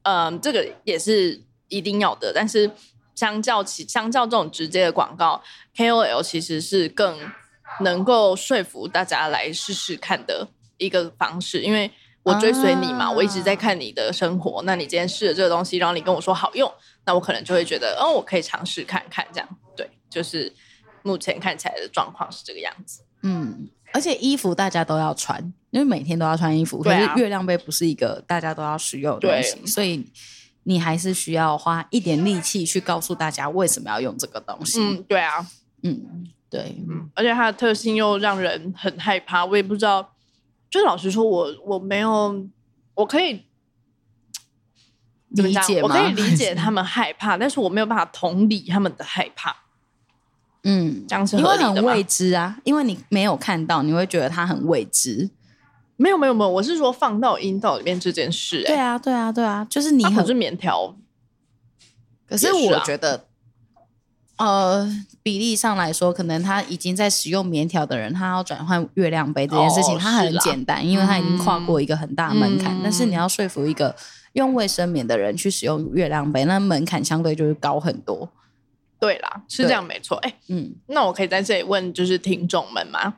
嗯，这个也是一定要的，但是相较起相较这种直接的广告，KOL 其实是更能够说服大家来试试看的一个方式，因为我追随你嘛，
啊
我一直在看你的生活，那你今天试了这个东西，然后你跟我说好用，那我可能就会觉得，哦，我可以尝试看看，这样对，就是目前看起来的状况是这个样子。
嗯，而且衣服大家都要穿，因为每天都要穿衣服。
对啊
可是月亮杯不是一个大家都要使用的东西，
对
所以你还是需要花一点力气去告诉大家为什么要用这个东西。
嗯，对啊，
嗯，对，
嗯，而且它的特性又让人很害怕，我也不知道。就是老实说我，我没有，我可以怎么
理
讲
解
我
吗？
可以理解他们害怕，但是我没有办法同理他们的害怕。
(laughs) 嗯，
这样是
因
合
为
理的
很
吗
未知啊，因为你没有看到，你会觉得它很未知。
没有没有没有，我是说放到阴道里面这件事、欸。
对，啊，对啊，对啊，就是你
它
很
不是棉条，
可是
也是
我
啊
觉得，呃，比例上来说，可能他已经在使用棉条的人，他要转换月亮杯这件事情，
哦
他很
是啦
简单，因为他已经跨过一个很大的门槛。
嗯
但是你要说服一个用卫生棉的人去使用月亮杯，那门槛相对就是高很多。
对啦，是
对
这样没错。哎、
嗯，
那我可以在这里问，就是听众们吗？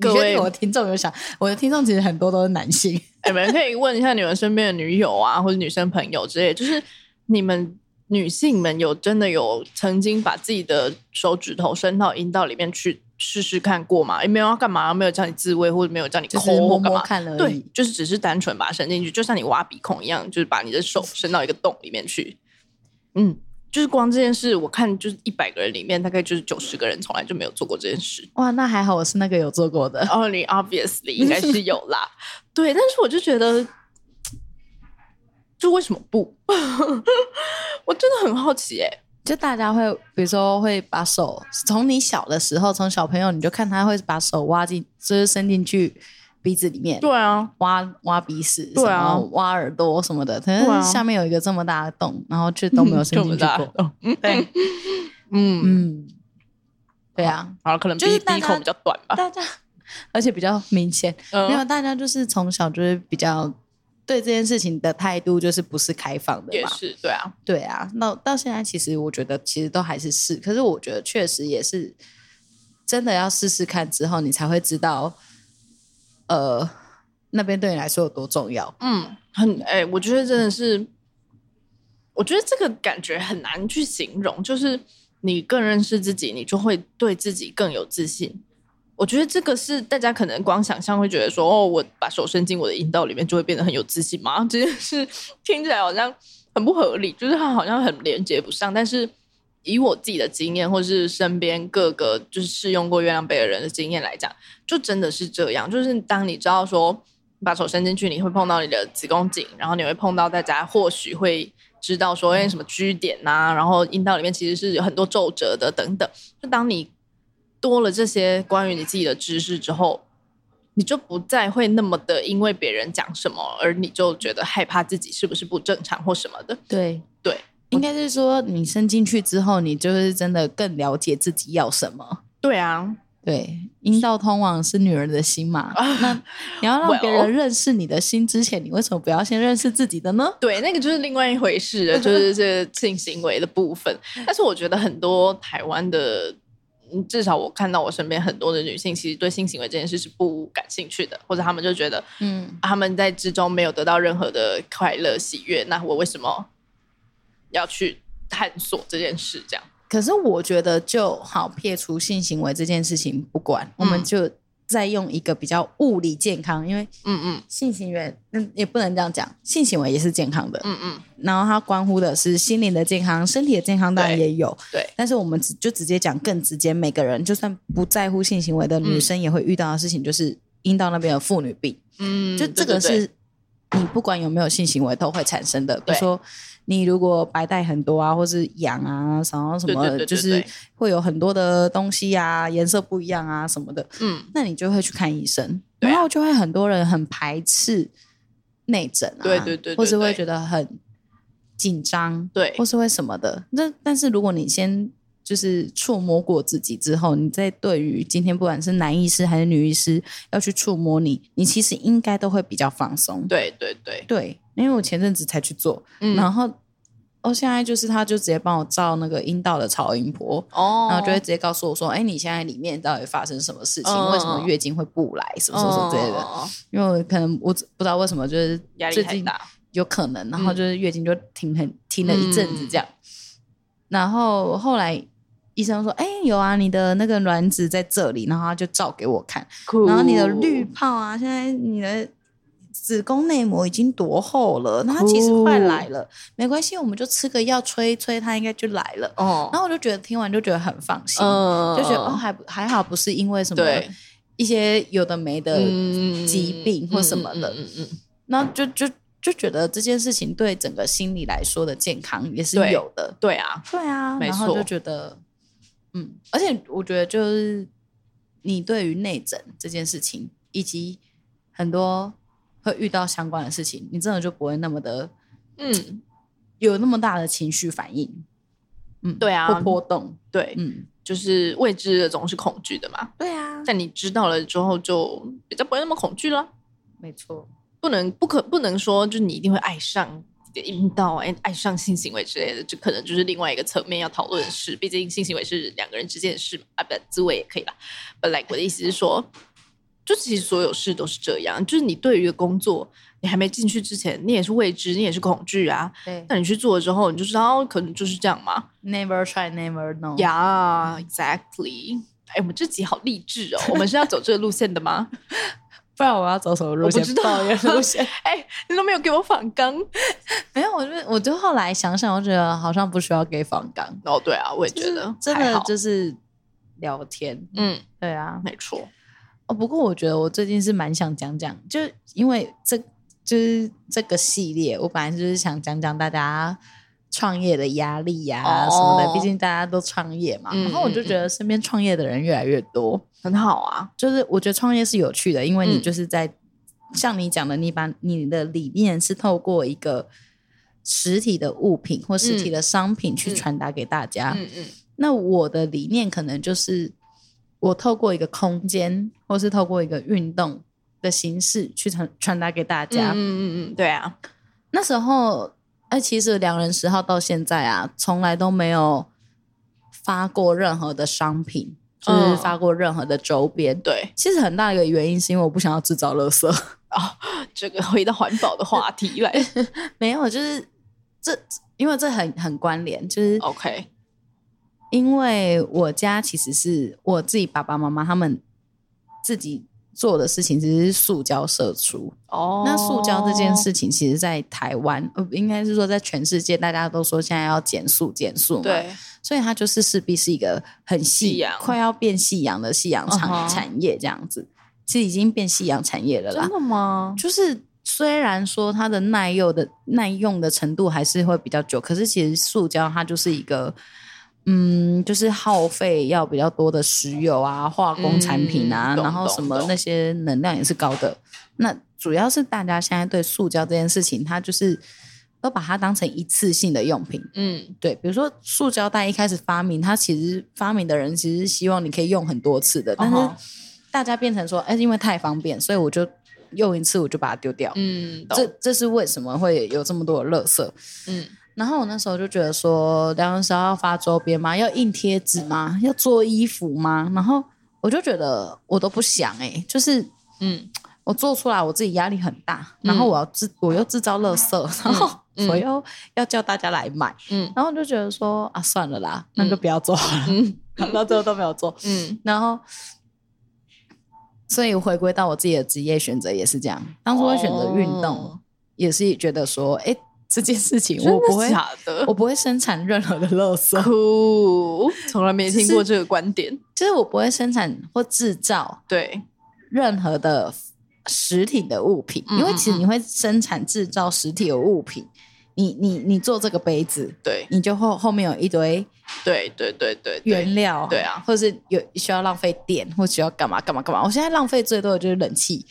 各
你觉得
位
我的听众有想，我的听众其实很多都是男性。
你们可以问一下你们身边的女友啊，或者女生朋友之类，就是你们女性们有真的有曾经把自己的手指头伸到阴道里面去试试看过吗？也没有要干嘛，没有叫你自慰，或者没有叫你抠
就是摸
或干
摸
嘛。
看而已。
对，就是只是单纯把它伸进去，就像你挖鼻孔一样，就是把你的手伸到一个洞里面去。嗯，就是光这件事，我看就是一百个人里面，大概就是九十个人从来就没有做过这件事。
哇，那还好，我是那个有做过的。
哦，你 obviously 应该是有啦，对，但是我就觉得，就为什么不？ (laughs) 我真的很好奇哎、
就大家会，比如说会把手从你小的时候，从小朋友你就看他会把手挖进，就是伸进去鼻子里面，
对啊，
挖挖鼻屎，
对啊
什么挖耳朵什么的，可
对啊
能下面有一个这么大的洞，然后却都
(laughs)
没有伸进去过。
过。
对，
嗯，
嗯，对啊，
好了，可能鼻
就是大
鼻
家
孔比较短吧。
大家而且比较明显，没有
嗯，
大家就是从小就是比较对这件事情的态度就是不是开放的
也
嘛，
是，对啊，
对啊，那到现在其实我觉得其实都还是试，可是我觉得确实也是真的要试试看之后，你才会知道，呃，那边对你来说有多重要。
嗯，很哎、我觉得真的是，我觉得这个感觉很难去形容，就是你更认识自己，你就会对自己更有自信。我觉得这个是大家可能光想象会觉得说，哦，我把手伸进我的阴道里面就会变得很有自信嘛， (laughs) 这件事听起来好像很不合理，就是它好像很连接不上。但是以我自己的经验，或是身边各个就是试用过月亮杯的人的经验来讲，就真的是这样，就是当你知道说你把手伸进去，你会碰到你的子宫颈，然后你会碰到大家或许会知道说，哎，什么居点呐、然后阴道里面其实是有很多皱褶的等等。就当你多了这些关于你自己的知识之后，你就不再会那么的因为别人讲什么而你就觉得害怕自己是不是不正常或什么的。
对
对，
应该是说你伸进去之后，你就是真的更了解自己要什么。
对啊，
对，阴道通往是女人的心 (laughs) 嘛，那你要让别
Well
人认识你的心之前，你为什么不要先认识自己的呢？
对，那个就是另外一回事
(laughs)
了，就是这个性行为的部分。但是我觉得很多台湾的，嗯至少我看到我身边很多的女性，其实对性行为这件事是不感兴趣的，或者她们就觉得啊
嗯，
她们在之中没有得到任何的快乐喜悦，那我为什么要去探索这件事？这样，
可是我觉得就好撇除性行为这件事情不管，我们就再用一个比较物理健康，因为
嗯嗯
性行为嗯也不能这样讲，性行为也是健康的，
嗯嗯，
然后它关乎的是心灵的健康，身体的健康当然也有，
对，
但是我们只就直接讲更直接，每个人就算不在乎性行为的女生也会遇到的事情，就是阴道那边有妇女病。
嗯，
就这个
对对对
是你不管有没有性行为都会产生的。比
对
如说，你如果白带很多啊，或是痒啊，然后什
对
么，
对对对
就是会有很多的东西啊，颜色不一样啊什么的，
嗯，
那你就会去看医生，
对啊
然后就会很多人很排斥内诊啊，
对对对对
或是会
对
觉得很紧张，
对
或是会什么的。那但是如果你先就是触摸过自己之后，你再对于今天不管是男医师还是女医师要去触摸你，你其实应该都会比较放松。
对对对，
对，因为我前阵子才去做，
嗯，
然后哦，现在就是他就直接帮我照那个阴道的超音波。
哦，
然后就会直接告诉我说：“哎，你现在里面到底发生什么事情？
嗯
为什么月经会不来？什么什么什么之类的。
哦
因为我可能我不知道为什么，就是
压力
最
太
近
大，
有可能，
嗯
然后就是月经就停很停了一阵子这样。然后后来医生说，哎、有啊，你的那个卵子在这里，然后他就照给我看，
酷
然后你的
哦
滤泡啊，现在你的子宫内膜已经多厚了，那它其实快
哦
来了，没关系，我们就吃个药催一催，它应该就来了。
哦，
然后我就觉得听完就觉得很放心，
嗯
就觉得哦还不还好，不是因为什么
对
一些有的没的
嗯
疾病或什么的，
嗯嗯嗯
那就就就觉得这件事情对整个心理来说的健康也是
对
有的。
对啊，
对啊，
没
然后
错
就觉得，嗯，而且我觉得就是你对于内诊这件事情，以及很多会遇到相关的事情，你真的就不会那么的
嗯，
有那么大的情绪反应，嗯，
对啊
或波动，
对，
嗯，
就是未知的总是恐惧的嘛。
对啊，
但你知道了之后，就比较不会那么恐惧了。
没错，
不能不可不能说，就是你一定会爱上你的阴道啊，爱爱上性行为之类的，这可能就是另外一个层面要讨论的事。毕竟性行为是两个人之间的事嘛，啊，不，自慰也可以啦。本来我的意思是说，就其实所有事都是这样，就是你对于一个工作，你还没进去之前，你也是未知，你也是恐惧啊。
对
那你去做了之后，你就知道哦可能就是这样嘛。
，never try never know，
呀、yeah,，exactly。哎，我们这集好励志哦！我们是要走这个路线的吗？
不然我要走什么路
我不
线？
知道
抱怨路线。
哎，你都没有给我反刚。
没有，我就我就后来想想，我觉得好像不需要给仿纲，
哦，对啊，我也觉
就
得
是真
还
的
好
就是聊天，
嗯，
对啊，
没错。
哦，不过我觉得我最近是蛮想讲讲，就因为这就是这个系列，我本来就是想讲讲大家创业的压力呀、
哦
什么的，毕竟大家都创业嘛。
嗯
然后我就觉得身边创业的人越来越多，
很好啊，
就是我觉得创业是有趣的，因为你
嗯
就是在、像你讲的，你把你的理念是透过一个实体的物品或实体的商品去
嗯
传达给大家。
嗯嗯，
那我的理念可能就是，我透过一个空间，或是透过一个运动的形式去传传达给大家。
嗯嗯嗯，对啊，
那时候，哎，其实良人十号到现在啊，从来都没有发过任何的商品，就是
嗯
发过任何的周边。
对，
其实很大一个原因是因为我不想要制造垃圾，
这个回到环保的话题来
(laughs) 没有，就是这，因为这很很关联，就是
，OK，
因为我家其实是我自己爸爸妈妈他们自己做的事情，其实是塑胶射出。
哦
那塑胶这件，事情，其实在台湾，呃，应该是说在全世界，大家都说现在要减塑，减塑嘛，，
对，
所以它就是势必是一个很
夕
细
阳
快要变夕阳的夕阳产、
嗯哼
产业这样子，其实已经变夕阳产业了啦。
的吗？
就是虽然说它的耐用的耐用的程度还是会比较久，可是其实塑胶它就是一个，嗯，就是耗费要比较多的石油啊、化工产品啊，
嗯懂
然后什么
懂懂
那些能量也是高的。那主要是大家现在对塑胶这件事情，它就是都把它当成一次性的用品。
嗯，
对，比如说塑胶袋一开始发明，它其实发明的人其实是希望你可以用很多次的，但是
哦吼
大家变成说，哎、因为太方便，所以我就用一次我就把它丢掉。
嗯，
这
懂，
这是为什么会有这么多的垃圾？
嗯，
然后我那时候就觉得说，梁文时要发周边吗？要印贴纸吗？要做衣服吗？然后我就觉得我都不想哎、就是
嗯，
我做出来我自己压力很大，然后我要制、我又制造垃圾，然后
嗯
我又要叫大家来买，
嗯，
然后我就觉得说啊，算了啦，那就不要做好了，
嗯，
到最后都没有
(laughs)
做。
嗯，
然后，所以回归到我自己的职业选择也是这样。当初会选择运动，
哦
也是觉得说，哎，这件事情我不会
真的，假的
我，不会生产任何的垃
(laughs)
圾，
酷，从来没听
是
过这个观点，
就是我不会生产或制造
对，
任何的实体的物品，
嗯
因为其实你会生产制造实体的物品，你你你做这个杯子，
对，
你就后后面有一堆
对，对，对，对，对，
原料，
对啊
或是有需要浪费电，或需要干嘛干嘛干嘛。我现在浪费最多的就是冷
(laughs)
气，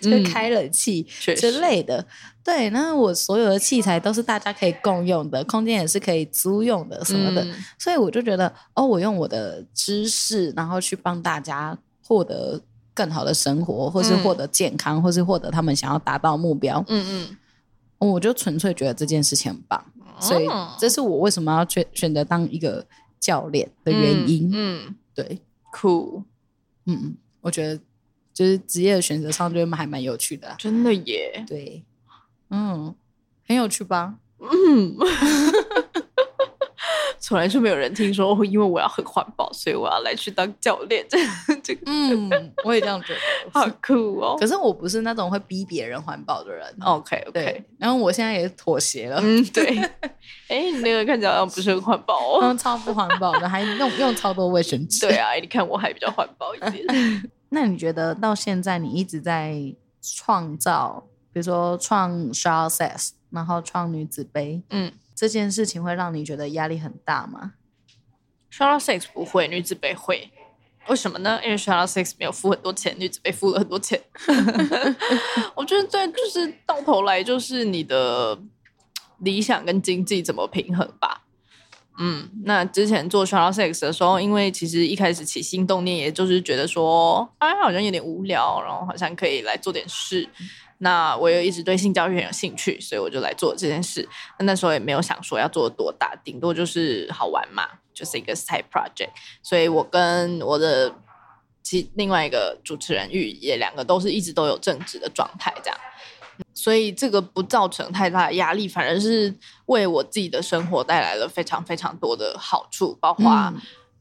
就是开冷气
嗯确
之
实
类的。对，那我所有的器材都是大家可以共用的，空间也是可以租用的什么的，
嗯
所以我就觉得，哦，我用我的知识，然后去帮大家获得更好的生活，或是
嗯
获得健康，或是获得他们想要达到的目标，
嗯
我就纯粹觉得这件事情很棒。
嗯，
所以这是我为什么要选选择当一个教练的原因。
嗯，嗯
对，
酷，
嗯，我觉得就是职业的选择上，就还蛮有趣的、啊。
真的耶，
对，嗯 (laughs) 嗯，很有趣吧？
嗯，从来就没有人听说哦，因为我要很环保，所以我要来去当教
(laughs)
练，这这个
嗯， (laughs) 我也这样觉得。
(laughs) 好酷哦
可。是我不是那种会逼别人环保的人。哦
OK 嗯 OK，
对，然后我现在也妥协了，
嗯对， (laughs) 哎，你那个看起来好像不是很环保哦。
嗯，超不环保的，还用用超多卫生纸。
对啊，你看我还比较环保一点。
(laughs) 那你觉得到现在你一直在创造，比如说创 s h a r s e s 然后创女子杯，
嗯
这件事情会让你觉得压力很大吗？
s h a r l o Six 不会，女子杯会。为什么呢？因为 s h a r l o Six 没有付很多钱，女子杯付了很多钱。 (laughs) 我觉得这就是到头来就是你的理想跟经济怎么平衡吧。嗯，那之前做 s h a r l o Six 的时候，因为其实一开始起心动念，也就是觉得说，哎，好像有点无聊，然后好像可以来做点事。那我也一直对性教育很有兴趣，所以我就来做这件事。那那时候也没有想说要做多大，顶多就是好玩嘛，就是一个 side project。所以我跟我的其另外一个主持人玉也两个都是一直都有正职的状态，这样。所以这个不造成太大的压力，反而是为我自己的生活带来了非常非常多的好处，包括、
哇，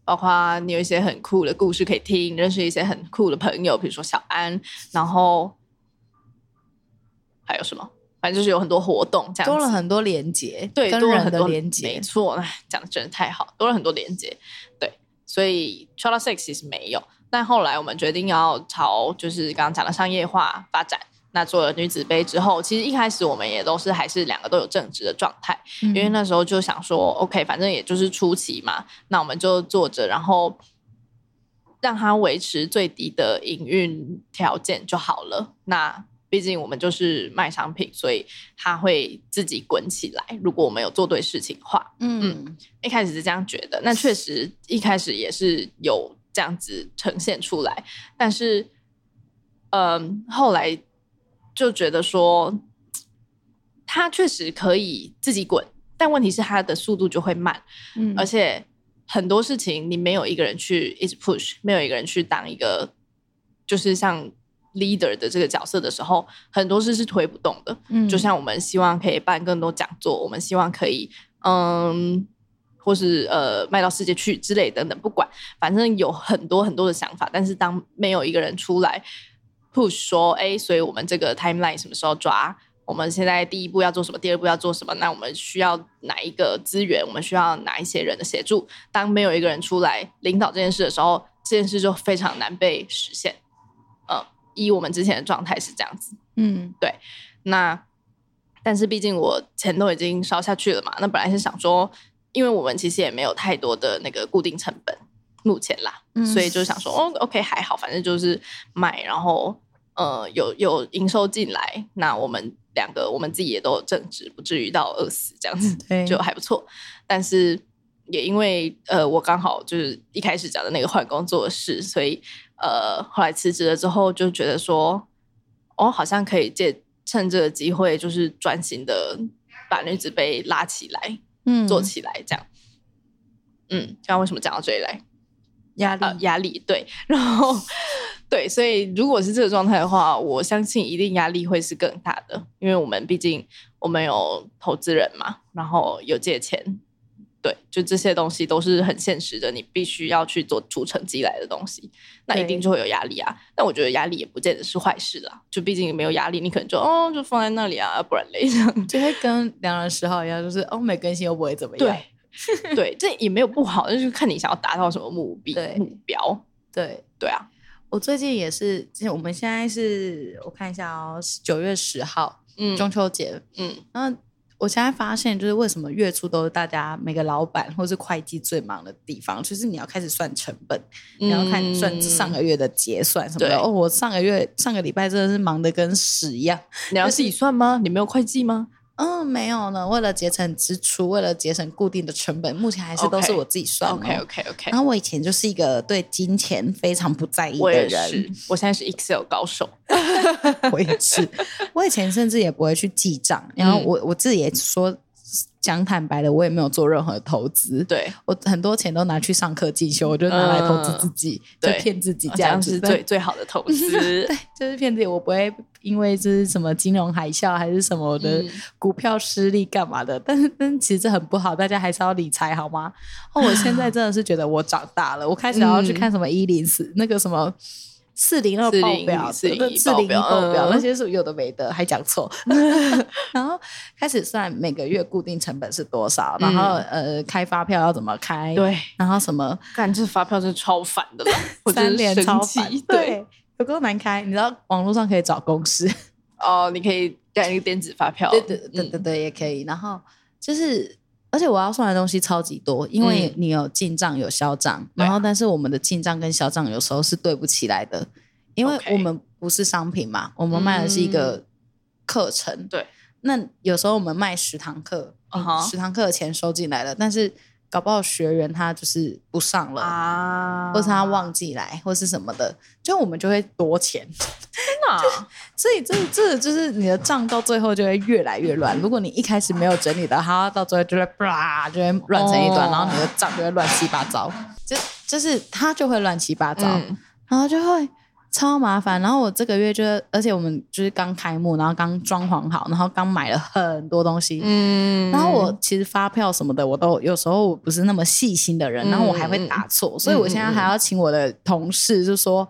包括你有一些很酷的故事可以听，认识一些很酷的朋友，比如说小安，然后还有什么？反正就是有很多活动，这样子
多了很多连接，
对，
跟
多了
人
很
的
多
连
没
接，
错，哎，讲的真的太好，多了很多连接，对，所以 c h a l a Six 其实没有，但后来我们决定要朝就是刚刚讲的商业化发展。那做了女子杯之后，其实一开始我们也都是还是两个都有正职的状态，
因
因为那时候就想说，OK，反正也就是初期嘛，那我们就做着，然后让它维持最低的营运条件就好了。那毕竟我们就是卖商品，所以它会自己滚起来。如果我们有做对事情的话，
嗯
一开始是这样觉得，那确实一开始也是有这样子呈现出来，但是，嗯，后来就觉得说，它确实可以自己滚，但问题是它的速度就会慢，
嗯
而且很多事情你没有一个人去一直 push，没有一个人去当一个就是像 leader 的这个角色的时候，很多事是推不动的。
嗯
就像我们希望可以办更多讲座，我们希望可以嗯，或是呃卖到世界去之类等等，不管，反正有很多很多的想法，但是当没有一个人出来 push 说，哎，所以我们这个 timeline 什么时候抓？我们现在第一步要做什么？第二步要做什么？那我们需要哪一个资源？我们需要哪一些人的协助？当没有一个人出来领导这件事的时候，这件事就非常难被实现。嗯，以我们之前的状态是这样子。
嗯
那但是毕竟我钱都已经烧下去了嘛，那本来是想说，因为我们其实也没有太多的那个固定成本，目前啦，
嗯
所以就想说，哦，OK，还好，反正就是卖，然后呃，有有营收进来，那我们两个我们自己也都有正职，不至于到饿死这样子，
对
就还不错。但是也因为呃，我刚好就是一开始讲的那个换工作的事，所以呃，后来辞职了之后就觉得说，哦，好像可以借趁这个机会，就是专心的把女子杯拉起来、
嗯
做起来，这样。嗯，刚刚为什么讲到这里来？
压
呃
力，
压力，对， (laughs) 然后对，所以如果是这个状态的话，我相信一定压力会是更大的，因为我们毕竟我们有投资人嘛，然后有借钱，对，就这些东西都是很现实的，你必须要去做出成绩来的东西，那一
对
定就会有压力啊。但我觉得压力也不见得是坏事啦，就毕竟没有压力，你可能就哦就放在那里啊，不然累这样。
就会跟良人十号一样，就是哦，没更新又不会怎么样
对。啊对，这也没有不好，就是看你想要达到什么目的
对
目标。
对，
对啊，
我最近也是，之前我们现在是我看一下哦，九月十号
嗯
中秋节，
嗯，
那我现在发现，就是为什么月初都是大家每个老板或是会计最忙的地方，就是你要开始算成本，你要看算上
嗯
个月的结算什么的。
对
哦，我上个月上个礼拜真的是忙得跟屎一样。
你要自己算吗？你没有会计吗？
嗯，没有呢。为了节省支出，为了节省固定的成本，目前还是都
OK
是我自己算、哦。
OK OK OK，
然后我以前就是一个对金钱非常不在意
我
的
也
人
是，，我现在是 Excel 高手。
(laughs) 我也是，我以前甚至也不会去记账，然后
嗯
我我自己也说，讲坦白的，我也没有做任何投资，
对，
我很多钱都拿去上课进修，我就拿来投资自己，
嗯
就骗自己
这
这
样
样
是
子。
最最好的投资。
(laughs) 对，就是骗自己，我不会因为就是什么金融海啸还是什么我的
嗯
股票失利干嘛的，但是但其实很不好，大家还是要理财好吗？哦，我 (laughs) 现在真的是觉得我长大了，我开始要去看什么一零四那个什么。嗯四零二
401
报表，
401
对401报表
报表嗯
那些是有的没的，还讲 (laughs) 错。然后开始算每个月固定成本是多少，然后呃开发票要怎么开，，
对，
然后什么
干这发票真的超烦的啦，我真
三
的
连
生
超
气
烦，。
对，，
有够难开。你知道网络上可以找公司，
哦，你可以盖一个电子发票，
对对对
嗯
对对，也可以。然后就是，而且我要算的东西超级多，因为
嗯
你有进账有销账，
对啊
然后但是我们的进账跟销账有时候是对不起来的，因为
OK 嗯
我们不是商品嘛，我们卖的是一个课程。
对，
那有时候我们卖十堂课，
嗯哼
十堂课的钱收进来了，但是搞不好学员他就是不上了。
啊
或是他忘记来，或是什么的，就我们就会多钱，
了，
所以这这就是你的账到最后就会越来越乱。如果你一开始没有整理的，它到最后就会啪就会乱成一团，
哦
然后你的账就会乱七八糟，就就是它就会乱七八糟，
嗯
然后就会超麻烦。然后我这个月就，而且我们就是刚开幕，然后刚装潢好，然后刚买了很多东西。
嗯
然后我其实发票什么的，我都有时候我不是那么细心的人，
嗯
然后我还会打错，所以我现在还要请我的同事就说：“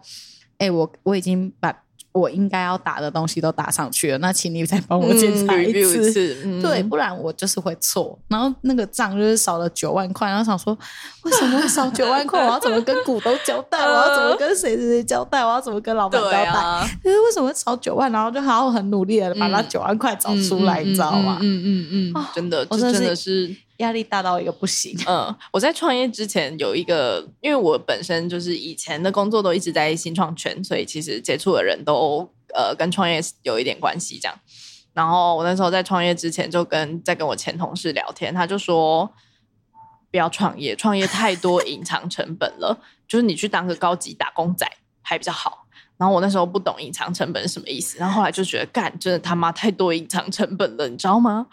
哎、我我已经把我应该要打的东西都打上去了，那请你再帮我检查一
嗯 review
次。
次，嗯
对，，不然我就是会错，然后那个账就是少了九万块，然后想说为什么会少九万块？我要怎么跟股东交代？我要怎么跟谁谁谁交代？我要怎么跟老板交
嗯对
代？
啊，
就是为什么会少九万？然后就好好很努力的把那
嗯
九万块找出来，你知道吗？啊
嗯嗯嗯嗯，真的，
我
这
真的
真
是
的是。
压力大到一个不行。
嗯，我在创业之前有一个，因为我本身就是以前的工作都一直在新创圈，所以其实接触的人都呃跟创业有一点关系这样。然后我那时候在创业之前就跟在跟我前同事聊天，他就说不要创业，创业太
(laughs)
多隐藏成本了，就是你去当个高级打工仔还比较好。然后我那时候不懂隐藏成本是什么意思，然后后来就觉得干，真的他妈太多隐藏成本了，你知道吗？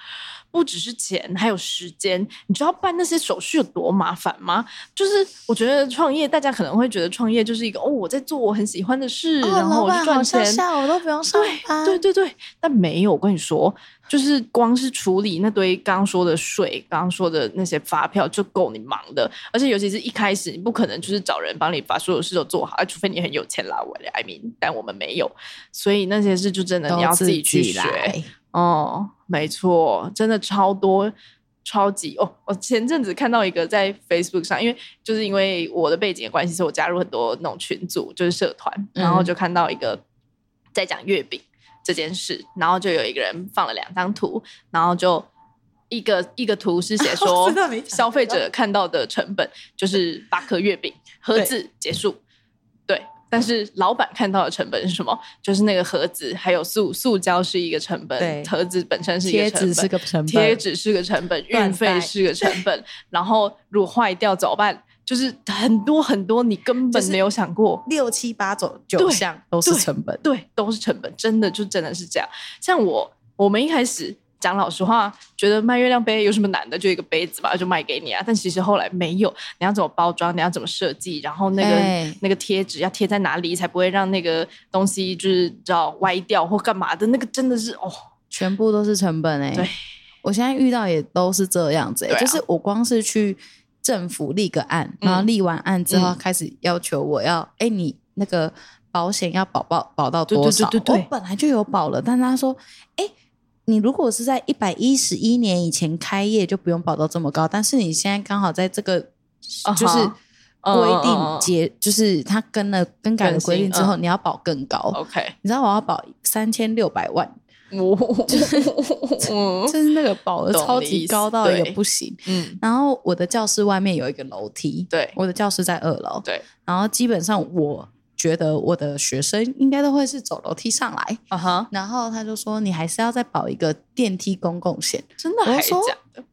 不只是钱，还有时间。你知道办那些手续有多麻烦吗？就是我觉得创业，大家可能会觉得创业就是一个哦，我在做我很喜欢的事，
哦，
然后
老
我
板
就赚钱
好像，下午都不用上班，
对对对，但没有。我跟你说，就是光是处理那堆刚刚说的税，刚刚说的那些发票就够你忙的。而且尤其是一开始，你不可能就是找人帮你把所有事都做好，啊、除非你很有钱啦。我 I mean，但我们没有，所以那些事就真的你要自己去学。
来。
哦，没错，真的超多，超级哦！我前阵子看到一个在 Facebook 上，因为就是因为我的背景的关系，所以我加入很多那种群组，就是社团，然后
嗯
就看到一个在讲月饼这件事，然后就有一个人放了两张图，然后就一个一个图是写
(laughs)
说
知道你讲
消费者看到的成本就是八颗月饼盒子结束，对。但是老板看到的成本是什么？就是那个盒子，还有塑塑胶是一个成本
对，
盒子本身是一个
贴
成
纸
本，
是个成本，
贴纸是个成本，
缎带
运费是个成本，然后如果坏掉怎么办？就是很多很多你根本
就是
没有想过，
六七八九九项都是成本，
对，都是成本，真的就真的是这样。像我，我们一开始讲老实话，觉得卖月亮杯有什么难的，就一个杯子吧，就卖给你啊。但其实后来没有，你要怎么包装，你要怎么设计，然后那个、
哎
那个贴纸啊要贴在哪里，才不会让那个东西就是知道歪掉或干嘛的，那个真的是哦，
全部都是成本哎、
对，
我现在遇到也都是这样子、欸，
对啊
就是我光是去政府立个案，
嗯
然后立完案之后
嗯
开始要求我要，哎、你那个保险要保保保到多少？
对对对对对
我本来就有保了，但他说，哎、你如果是在一百一十一年以前开业，就不用保到这么高。但是你现在刚好在这个
啊哈
就是
嗯
规
嗯嗯
定
嗯
结，就是他跟了更改了
更新
规定之后，
嗯
你要保更高。
OK，
你知道我要保三千六百万， (laughs)
我嗯
就是那个保额
哦懂
超
你意
级
思
高到一个
对
不行。
嗯，
然后我的教室外面有一个楼梯，
对
我的教室在二楼，
对，
然后基本上我觉得我的学生应该都会是走楼梯上来。
啊哈，
然后他就说：“你还是要再保一个电梯公共险。
真的
我
还
说
假的？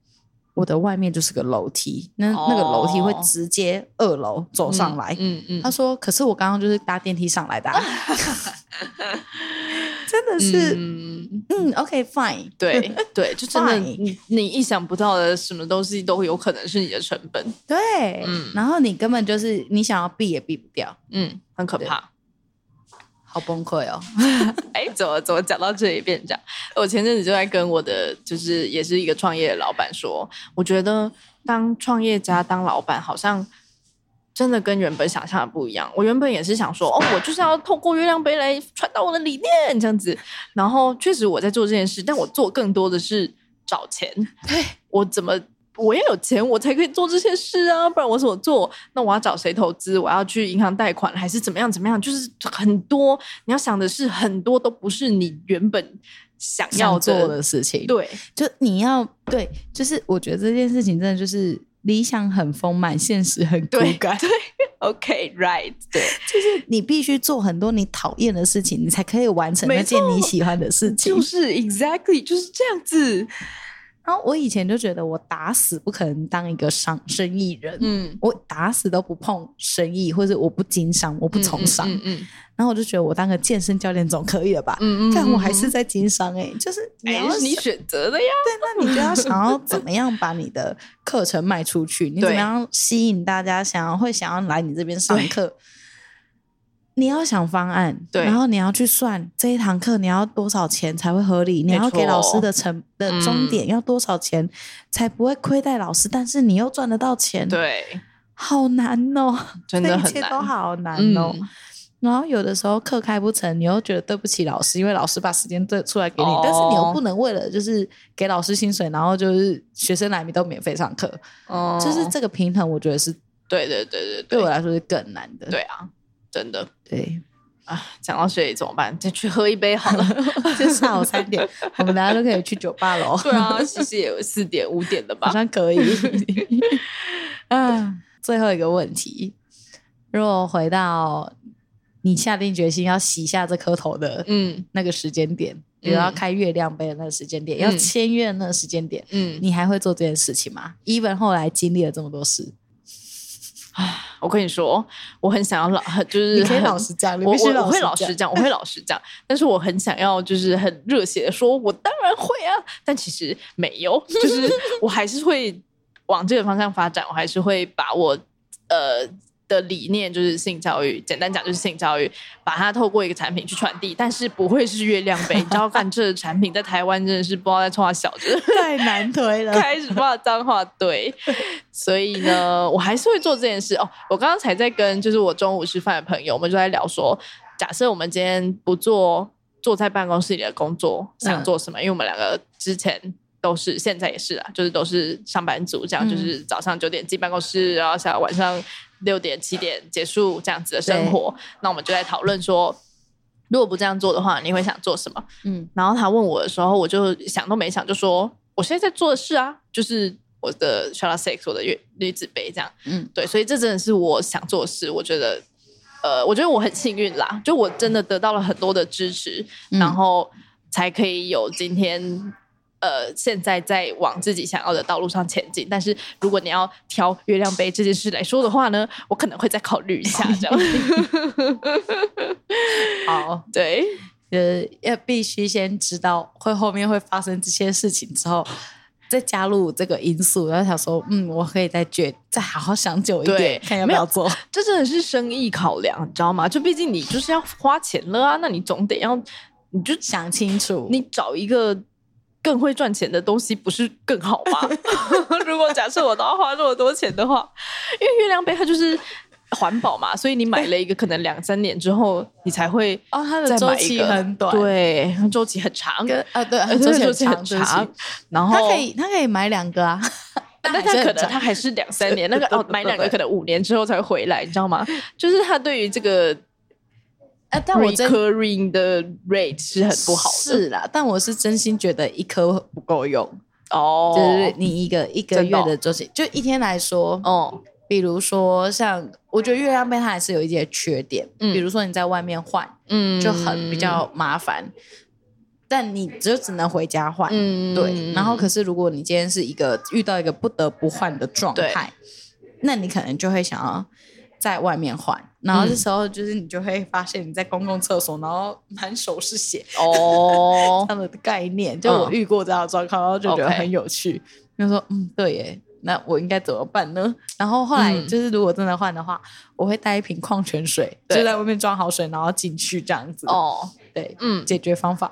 我的外面就是个楼梯，那、
哦
那个楼梯会直接二楼走上来。
嗯嗯， (laughs)
他说：“可是我刚刚就是搭电梯上来的、啊。” (laughs) 真的是，
嗯，
嗯 o k fine， (laughs)
对对，就真的
Why？
你你意想不到的什么东西都有可能是你的成本，
对，
嗯
然后你根本就是你想要避也避不掉，
嗯，很可怕。
好崩溃
(laughs)
哦。
哎，怎么怎么讲到这里变这样？我前阵子就在跟我的就是也是一个创业的老板说，我觉得当创业家当老板好像真的跟原本想象的不一样。我原本也是想说，哦，我就是要透过月亮杯来传达我的理念这样子。然后确实我在做这件事，但我做更多的是找钱。
对，
(laughs) 我怎么？我要有钱，我才可以做这些事啊！不然我怎么做？那我要找谁投资？我要去银行贷款，还是怎么样？怎么样？就是很多你要想的是，很多都不是你原本想要
要做
的
的事情，
对，
就你要对，就是我觉得这件事情真的就是理想很丰满，现实很骨
对 (laughs)
感，
OK，right，、对，
就是你必须做很多你讨厌的事情，你才可以完成
没
那件
错
你喜欢的事情。
就是 exactly 就是这样子。
然后我以前就觉得我打死不可能当一个商生意人，
嗯，
我打死都不碰生意，或者我不经商，我不从商。
嗯嗯
然后我就觉得我当个健身教练总可以了吧？
嗯嗯，
但我还是
嗯
在经商哎、就是你
哎
要
是你
想
选择的呀。
那你就要想要怎么样把你的课程卖出去，你怎么样吸引大家想要会想要来你这边上课？你要想方案，
对
然后你要去算这一堂课你要多少钱才会合理，你
没错
要给老师的成的
嗯
终点要多少钱才不会亏待老师，但是你又赚得到钱，，
对，
好难哦，
真的
这
很
一切
难
都好难
嗯
哦。然后有的时候课开不成，你又觉得对不起老师，因为老师把时间对出来给你，
哦
但是你又不能为了就是给老师薪水，然后就是学生来你都免费上课，
哦
就是这个平衡，我觉得是
对对对对啊
对我来说是更难的。
对啊，真的。
对，
啊，讲到这里怎么办？再去喝一杯好了。 (laughs)
就下午三点，我们大家都可以去酒吧喽，
对
(laughs)
啊，其实也有四点五点的
好
吧。
像可以。嗯，最后一个问题，如果回到你下定决心要洗下这颗头的
嗯
那个时间点，比如要开月亮杯的那个时间点，
嗯
要签约的那个时间点，
嗯，
你还会做这件事情吗？Even 后来经历了这么多事，
我跟你说，哦我很想要老， (laughs) 很就是
你可以
很
老实讲，你
我
必须
我我会老
实
实
讲。
讲，我会老实讲，但是我很想要，就是很热血的说，我当然会啊，但其实没有，就是 (laughs) 我还是会往这个方向发展，我还是会把我呃的理念，就是性教育，简单讲就是性教育，把它透过一个产品去传递，但是不会是月亮杯，你知
(laughs)
道，干这个产品在台湾真的是不知道在冲啥小子。
(laughs) 太难推了，
开始骂脏话，
(laughs)
对，所以呢，我还是会做这件事哦。我刚刚才在跟就是我中午吃饭的朋友，我们就在聊说，假设我们今天不做坐在办公室里的工作，想做
嗯
什么？因为我们两个之前都是，现在也是啊，就是都是上班族，这样、
嗯
就是早上九点进办公室，然后下晚上六点七点结束这样子的生活。那我们就在讨论说。如果不这样做的话，你会想做什么？
(laughs) 嗯，
然后他问我的时候，我就想都没想就说，我现在在做的事啊，就是我的 s h a l a Six，我的月女子杯这样。
嗯，
对，所以这真的是我想做的事。我觉得，呃，我觉得我很幸运啦，就我真的得到了很多的支持，
嗯
然后才可以有今天。呃，现在在往自己想要的道路上前进，但是如果你要挑月亮杯这件事来说的话呢，我可能会再考虑一下，这样。 (laughs)
好，
对，
呃，要必须先知道会后面会发生这些事情之后。再加入这个因素，然后想说，嗯，我可以再决，再好好想久一
对
点，看要不
没有
要做。
这真的是生意考量，你知道吗？就毕竟你就是要花钱了啊，那你总得要，你就
想清楚，
你找一个更会赚钱的东西，不是更好吗？ (laughs) 如果假设我都要花那么多钱的话，因为月亮杯它就是环保嘛，所以你买了一个，可能两三年之后你才会
哦，它的
再
周
买一
期
(laughs) 个，
很短，，
对，周期很长，
跟啊对，
呃
周期
(laughs) 周
很
期
长，
很
对不起
长，然后
他可以，他可以买两个 (laughs) 啊，
(laughs) 但
还
他
是很
可能
长
他还是两三年，那个哦，买 (laughs) 两个
对
可能五年之后才回来，你知道吗？ (laughs) 就是他对于这个
啊，但我真
recurring 的 rate 是很不好的
是啦，但我是真心觉得一颗不够用，
哦
就是你一个一个
真的
月
哦
的周期，就一天来说，
哦，
比如说像我觉得月亮杯它还是有一些缺点，
嗯
比如说你在外面换
嗯
就很比较麻烦，但你就只能回家换，
嗯
对，然后可是如果你今天是一个遇到一个不得不换的状态，那你可能就会想要，在外面换，然后这时候就是你就会发现你在公共厕所，然后满手是血 (laughs)
哦
这，样的概念，就我遇过这样的状况，然后就觉得
OK
很有趣，就说嗯对耶，那我应该怎么办 (laughs) 呢？然后后来
嗯
就是如果真的换的话，我会带一瓶矿泉水，
对
就在外面装好水，然后进去这样子。
哦，
对，
嗯，
解决方法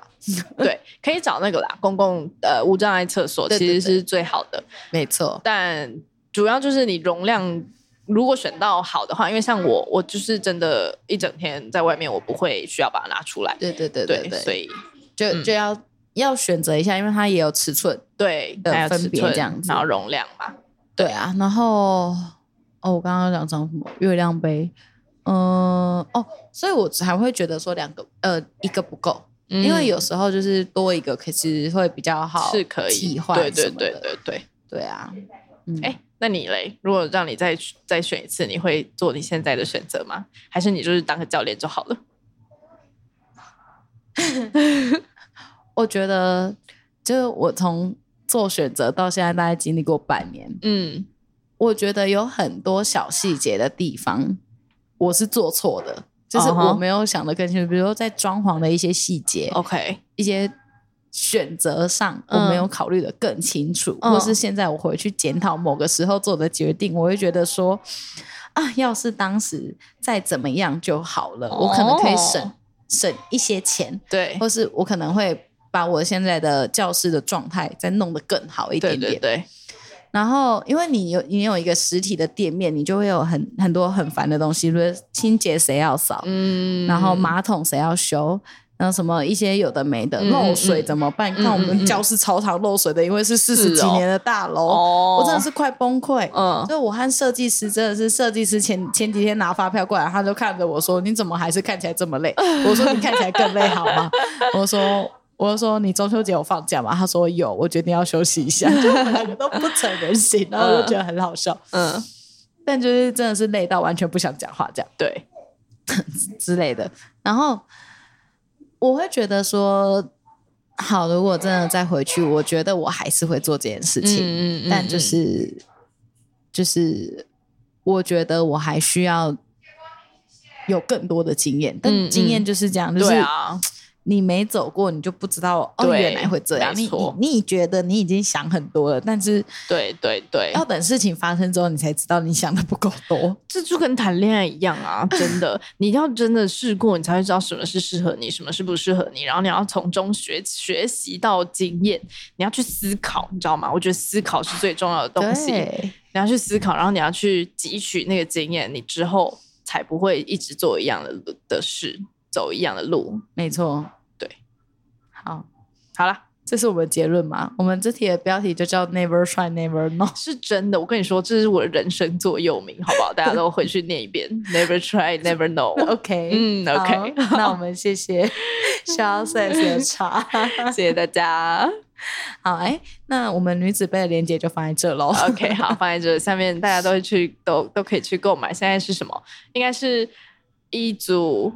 对，可以找那个啦，公共呃无障碍厕所
对
其
对
实是最好的，
没错，
但主要就是你容量。如果选到好的话，因为像我，我就是真的一整天在外面，我不会需要把它拿出来。
对对对
对，
对，
所以
就
嗯
就要要选择一下，因为它也有尺寸。
对
的
还有
分
尺
别
寸
这样子
然后容量嘛，
对啊，然后哦，我刚刚讲讲什么月亮杯，嗯、哦，所以我才会觉得说两个呃一个不够，因为有时候就是多一个，可是会比较好
嗯是可以
替，换
对
什
对
么
对
的
对对。
对啊，嗯，
哎、那你嘞？如果让你再再选一次，你会做你现在的选择吗？还是你就是当个教练就好了？
我觉得就是我从做选择到现在大概经历过半年，
嗯，
我觉得有很多小细节的地方我是做错的。就是
嗯哼
我没有想的更清楚，比如说在装潢的一些细节
OK，
一些选择上，我
嗯
没有考虑的更清楚，
嗯
或是现在我回去检讨某个时候做的决定，我会觉得说，啊，要是当时再怎么样就好了，我可能可以省
哦
省一些钱，
对，
或是我可能会把我现在的教师的状态再弄得更好一点
对
点。
对对，
然后，因为你有你有一个实体的店面，你就会有很很多很烦的东西，比如说清洁谁要扫，
嗯
然后马桶谁要修，然后什么一些有的没的
嗯嗯
漏水怎么办？
嗯
看我
嗯嗯
们教室超常漏水的，因为是四十几
哦
年的大楼，
哦，
我真的是快崩溃。
嗯，
所以我和设计师真的是，设计师前前几天拿发票过来，他就看着我说：“你怎么还是看起来这么
(laughs)
累？”我说：“你看起来更累好吗？”我说。我就说你中秋节有放假吗？他说有，我决定要休息一下， (laughs) 就我们两个都不成人形，然后我就觉得很好笑，
嗯，
但就是真的是累到完全不想讲话这样。
对，
之类的。然后我会觉得说，好，如果真的再回去，我觉得我还是会做这件事情，
嗯
但就，
嗯
是就是我觉得我还需要有更多的经验，
嗯
但
嗯
经验就是这样，
嗯
就
对
是
啊，
你没走过，你就不知道哦，
对
原来会这样。
没
你
错
你你觉得你已经想很多了，但是
对对对，
要等事情发生之后，你才知道你想的不够多。
这就跟谈恋爱一样啊，真的，你要真的试过，你才会知道什么是适合你，什么是不适合你，然后你要从中学学习到经验，你要去思考，你知道吗？我觉得思考是最重要的东西，你
对，
要去思考，然后你要去汲取那个经验，你之后才不会一直做一样的的事，走一样的路。
没错，
对，
好。
好啦，
这是我们的结论吗？我们这题的标题就叫 Never Try Never Know。
(laughs) 是真的，我跟你说，这是我的人生座右铭，好不好？大家都回去念一遍 (laughs) ，Never try, never know。 (laughs)
OK，(laughs)
嗯
好
，OK， (laughs)
那我们谢谢肖赛的
(laughs)
茶。
谢谢大家。
好，哎，那我们女子杯的链接就放在这喽。
OK，好，放在这下面，大家都会去都都可以去购买。现在是什么？应该是一组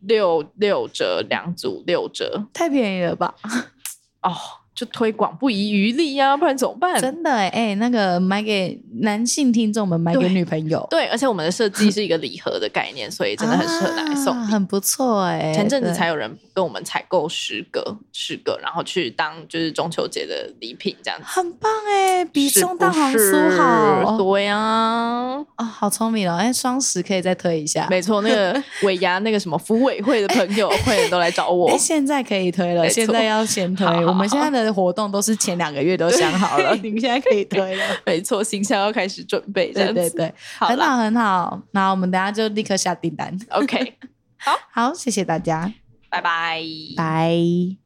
六六折，两组六折
(laughs) 太便宜了吧？
哦，就推广不遗余力呀、不然怎么办？
真的哎、哎，那个买给男性听众们，买给
对
女朋
(laughs)
友，
对，而且我们的设计是一个礼盒的概念，所以真的很适合拿来送
啊
礼。
很不错哎、
前阵子
对
才有人跟我们采购十个，十个，然后去当就是中秋节的礼品这样子，
很棒哎、比
是
送
不
大黄酥
是
好哦
对呀、啊，
好聪明哦！哎、双十可以再推一下，
没错，
(laughs)
那个尾牙那个什么服委会的朋友会都来找我
哎、。现在可以推了，
没错
现在要先推。
好好
我们现在的活动都是前两个月都想好了，你们现在可以推了。
没错，行销要开始准 (laughs) 备，这
对
样子。
对对，
好
很
啦
好很好。那我们等下就立刻下订单。
o k
好，谢谢大家，
拜拜，
拜。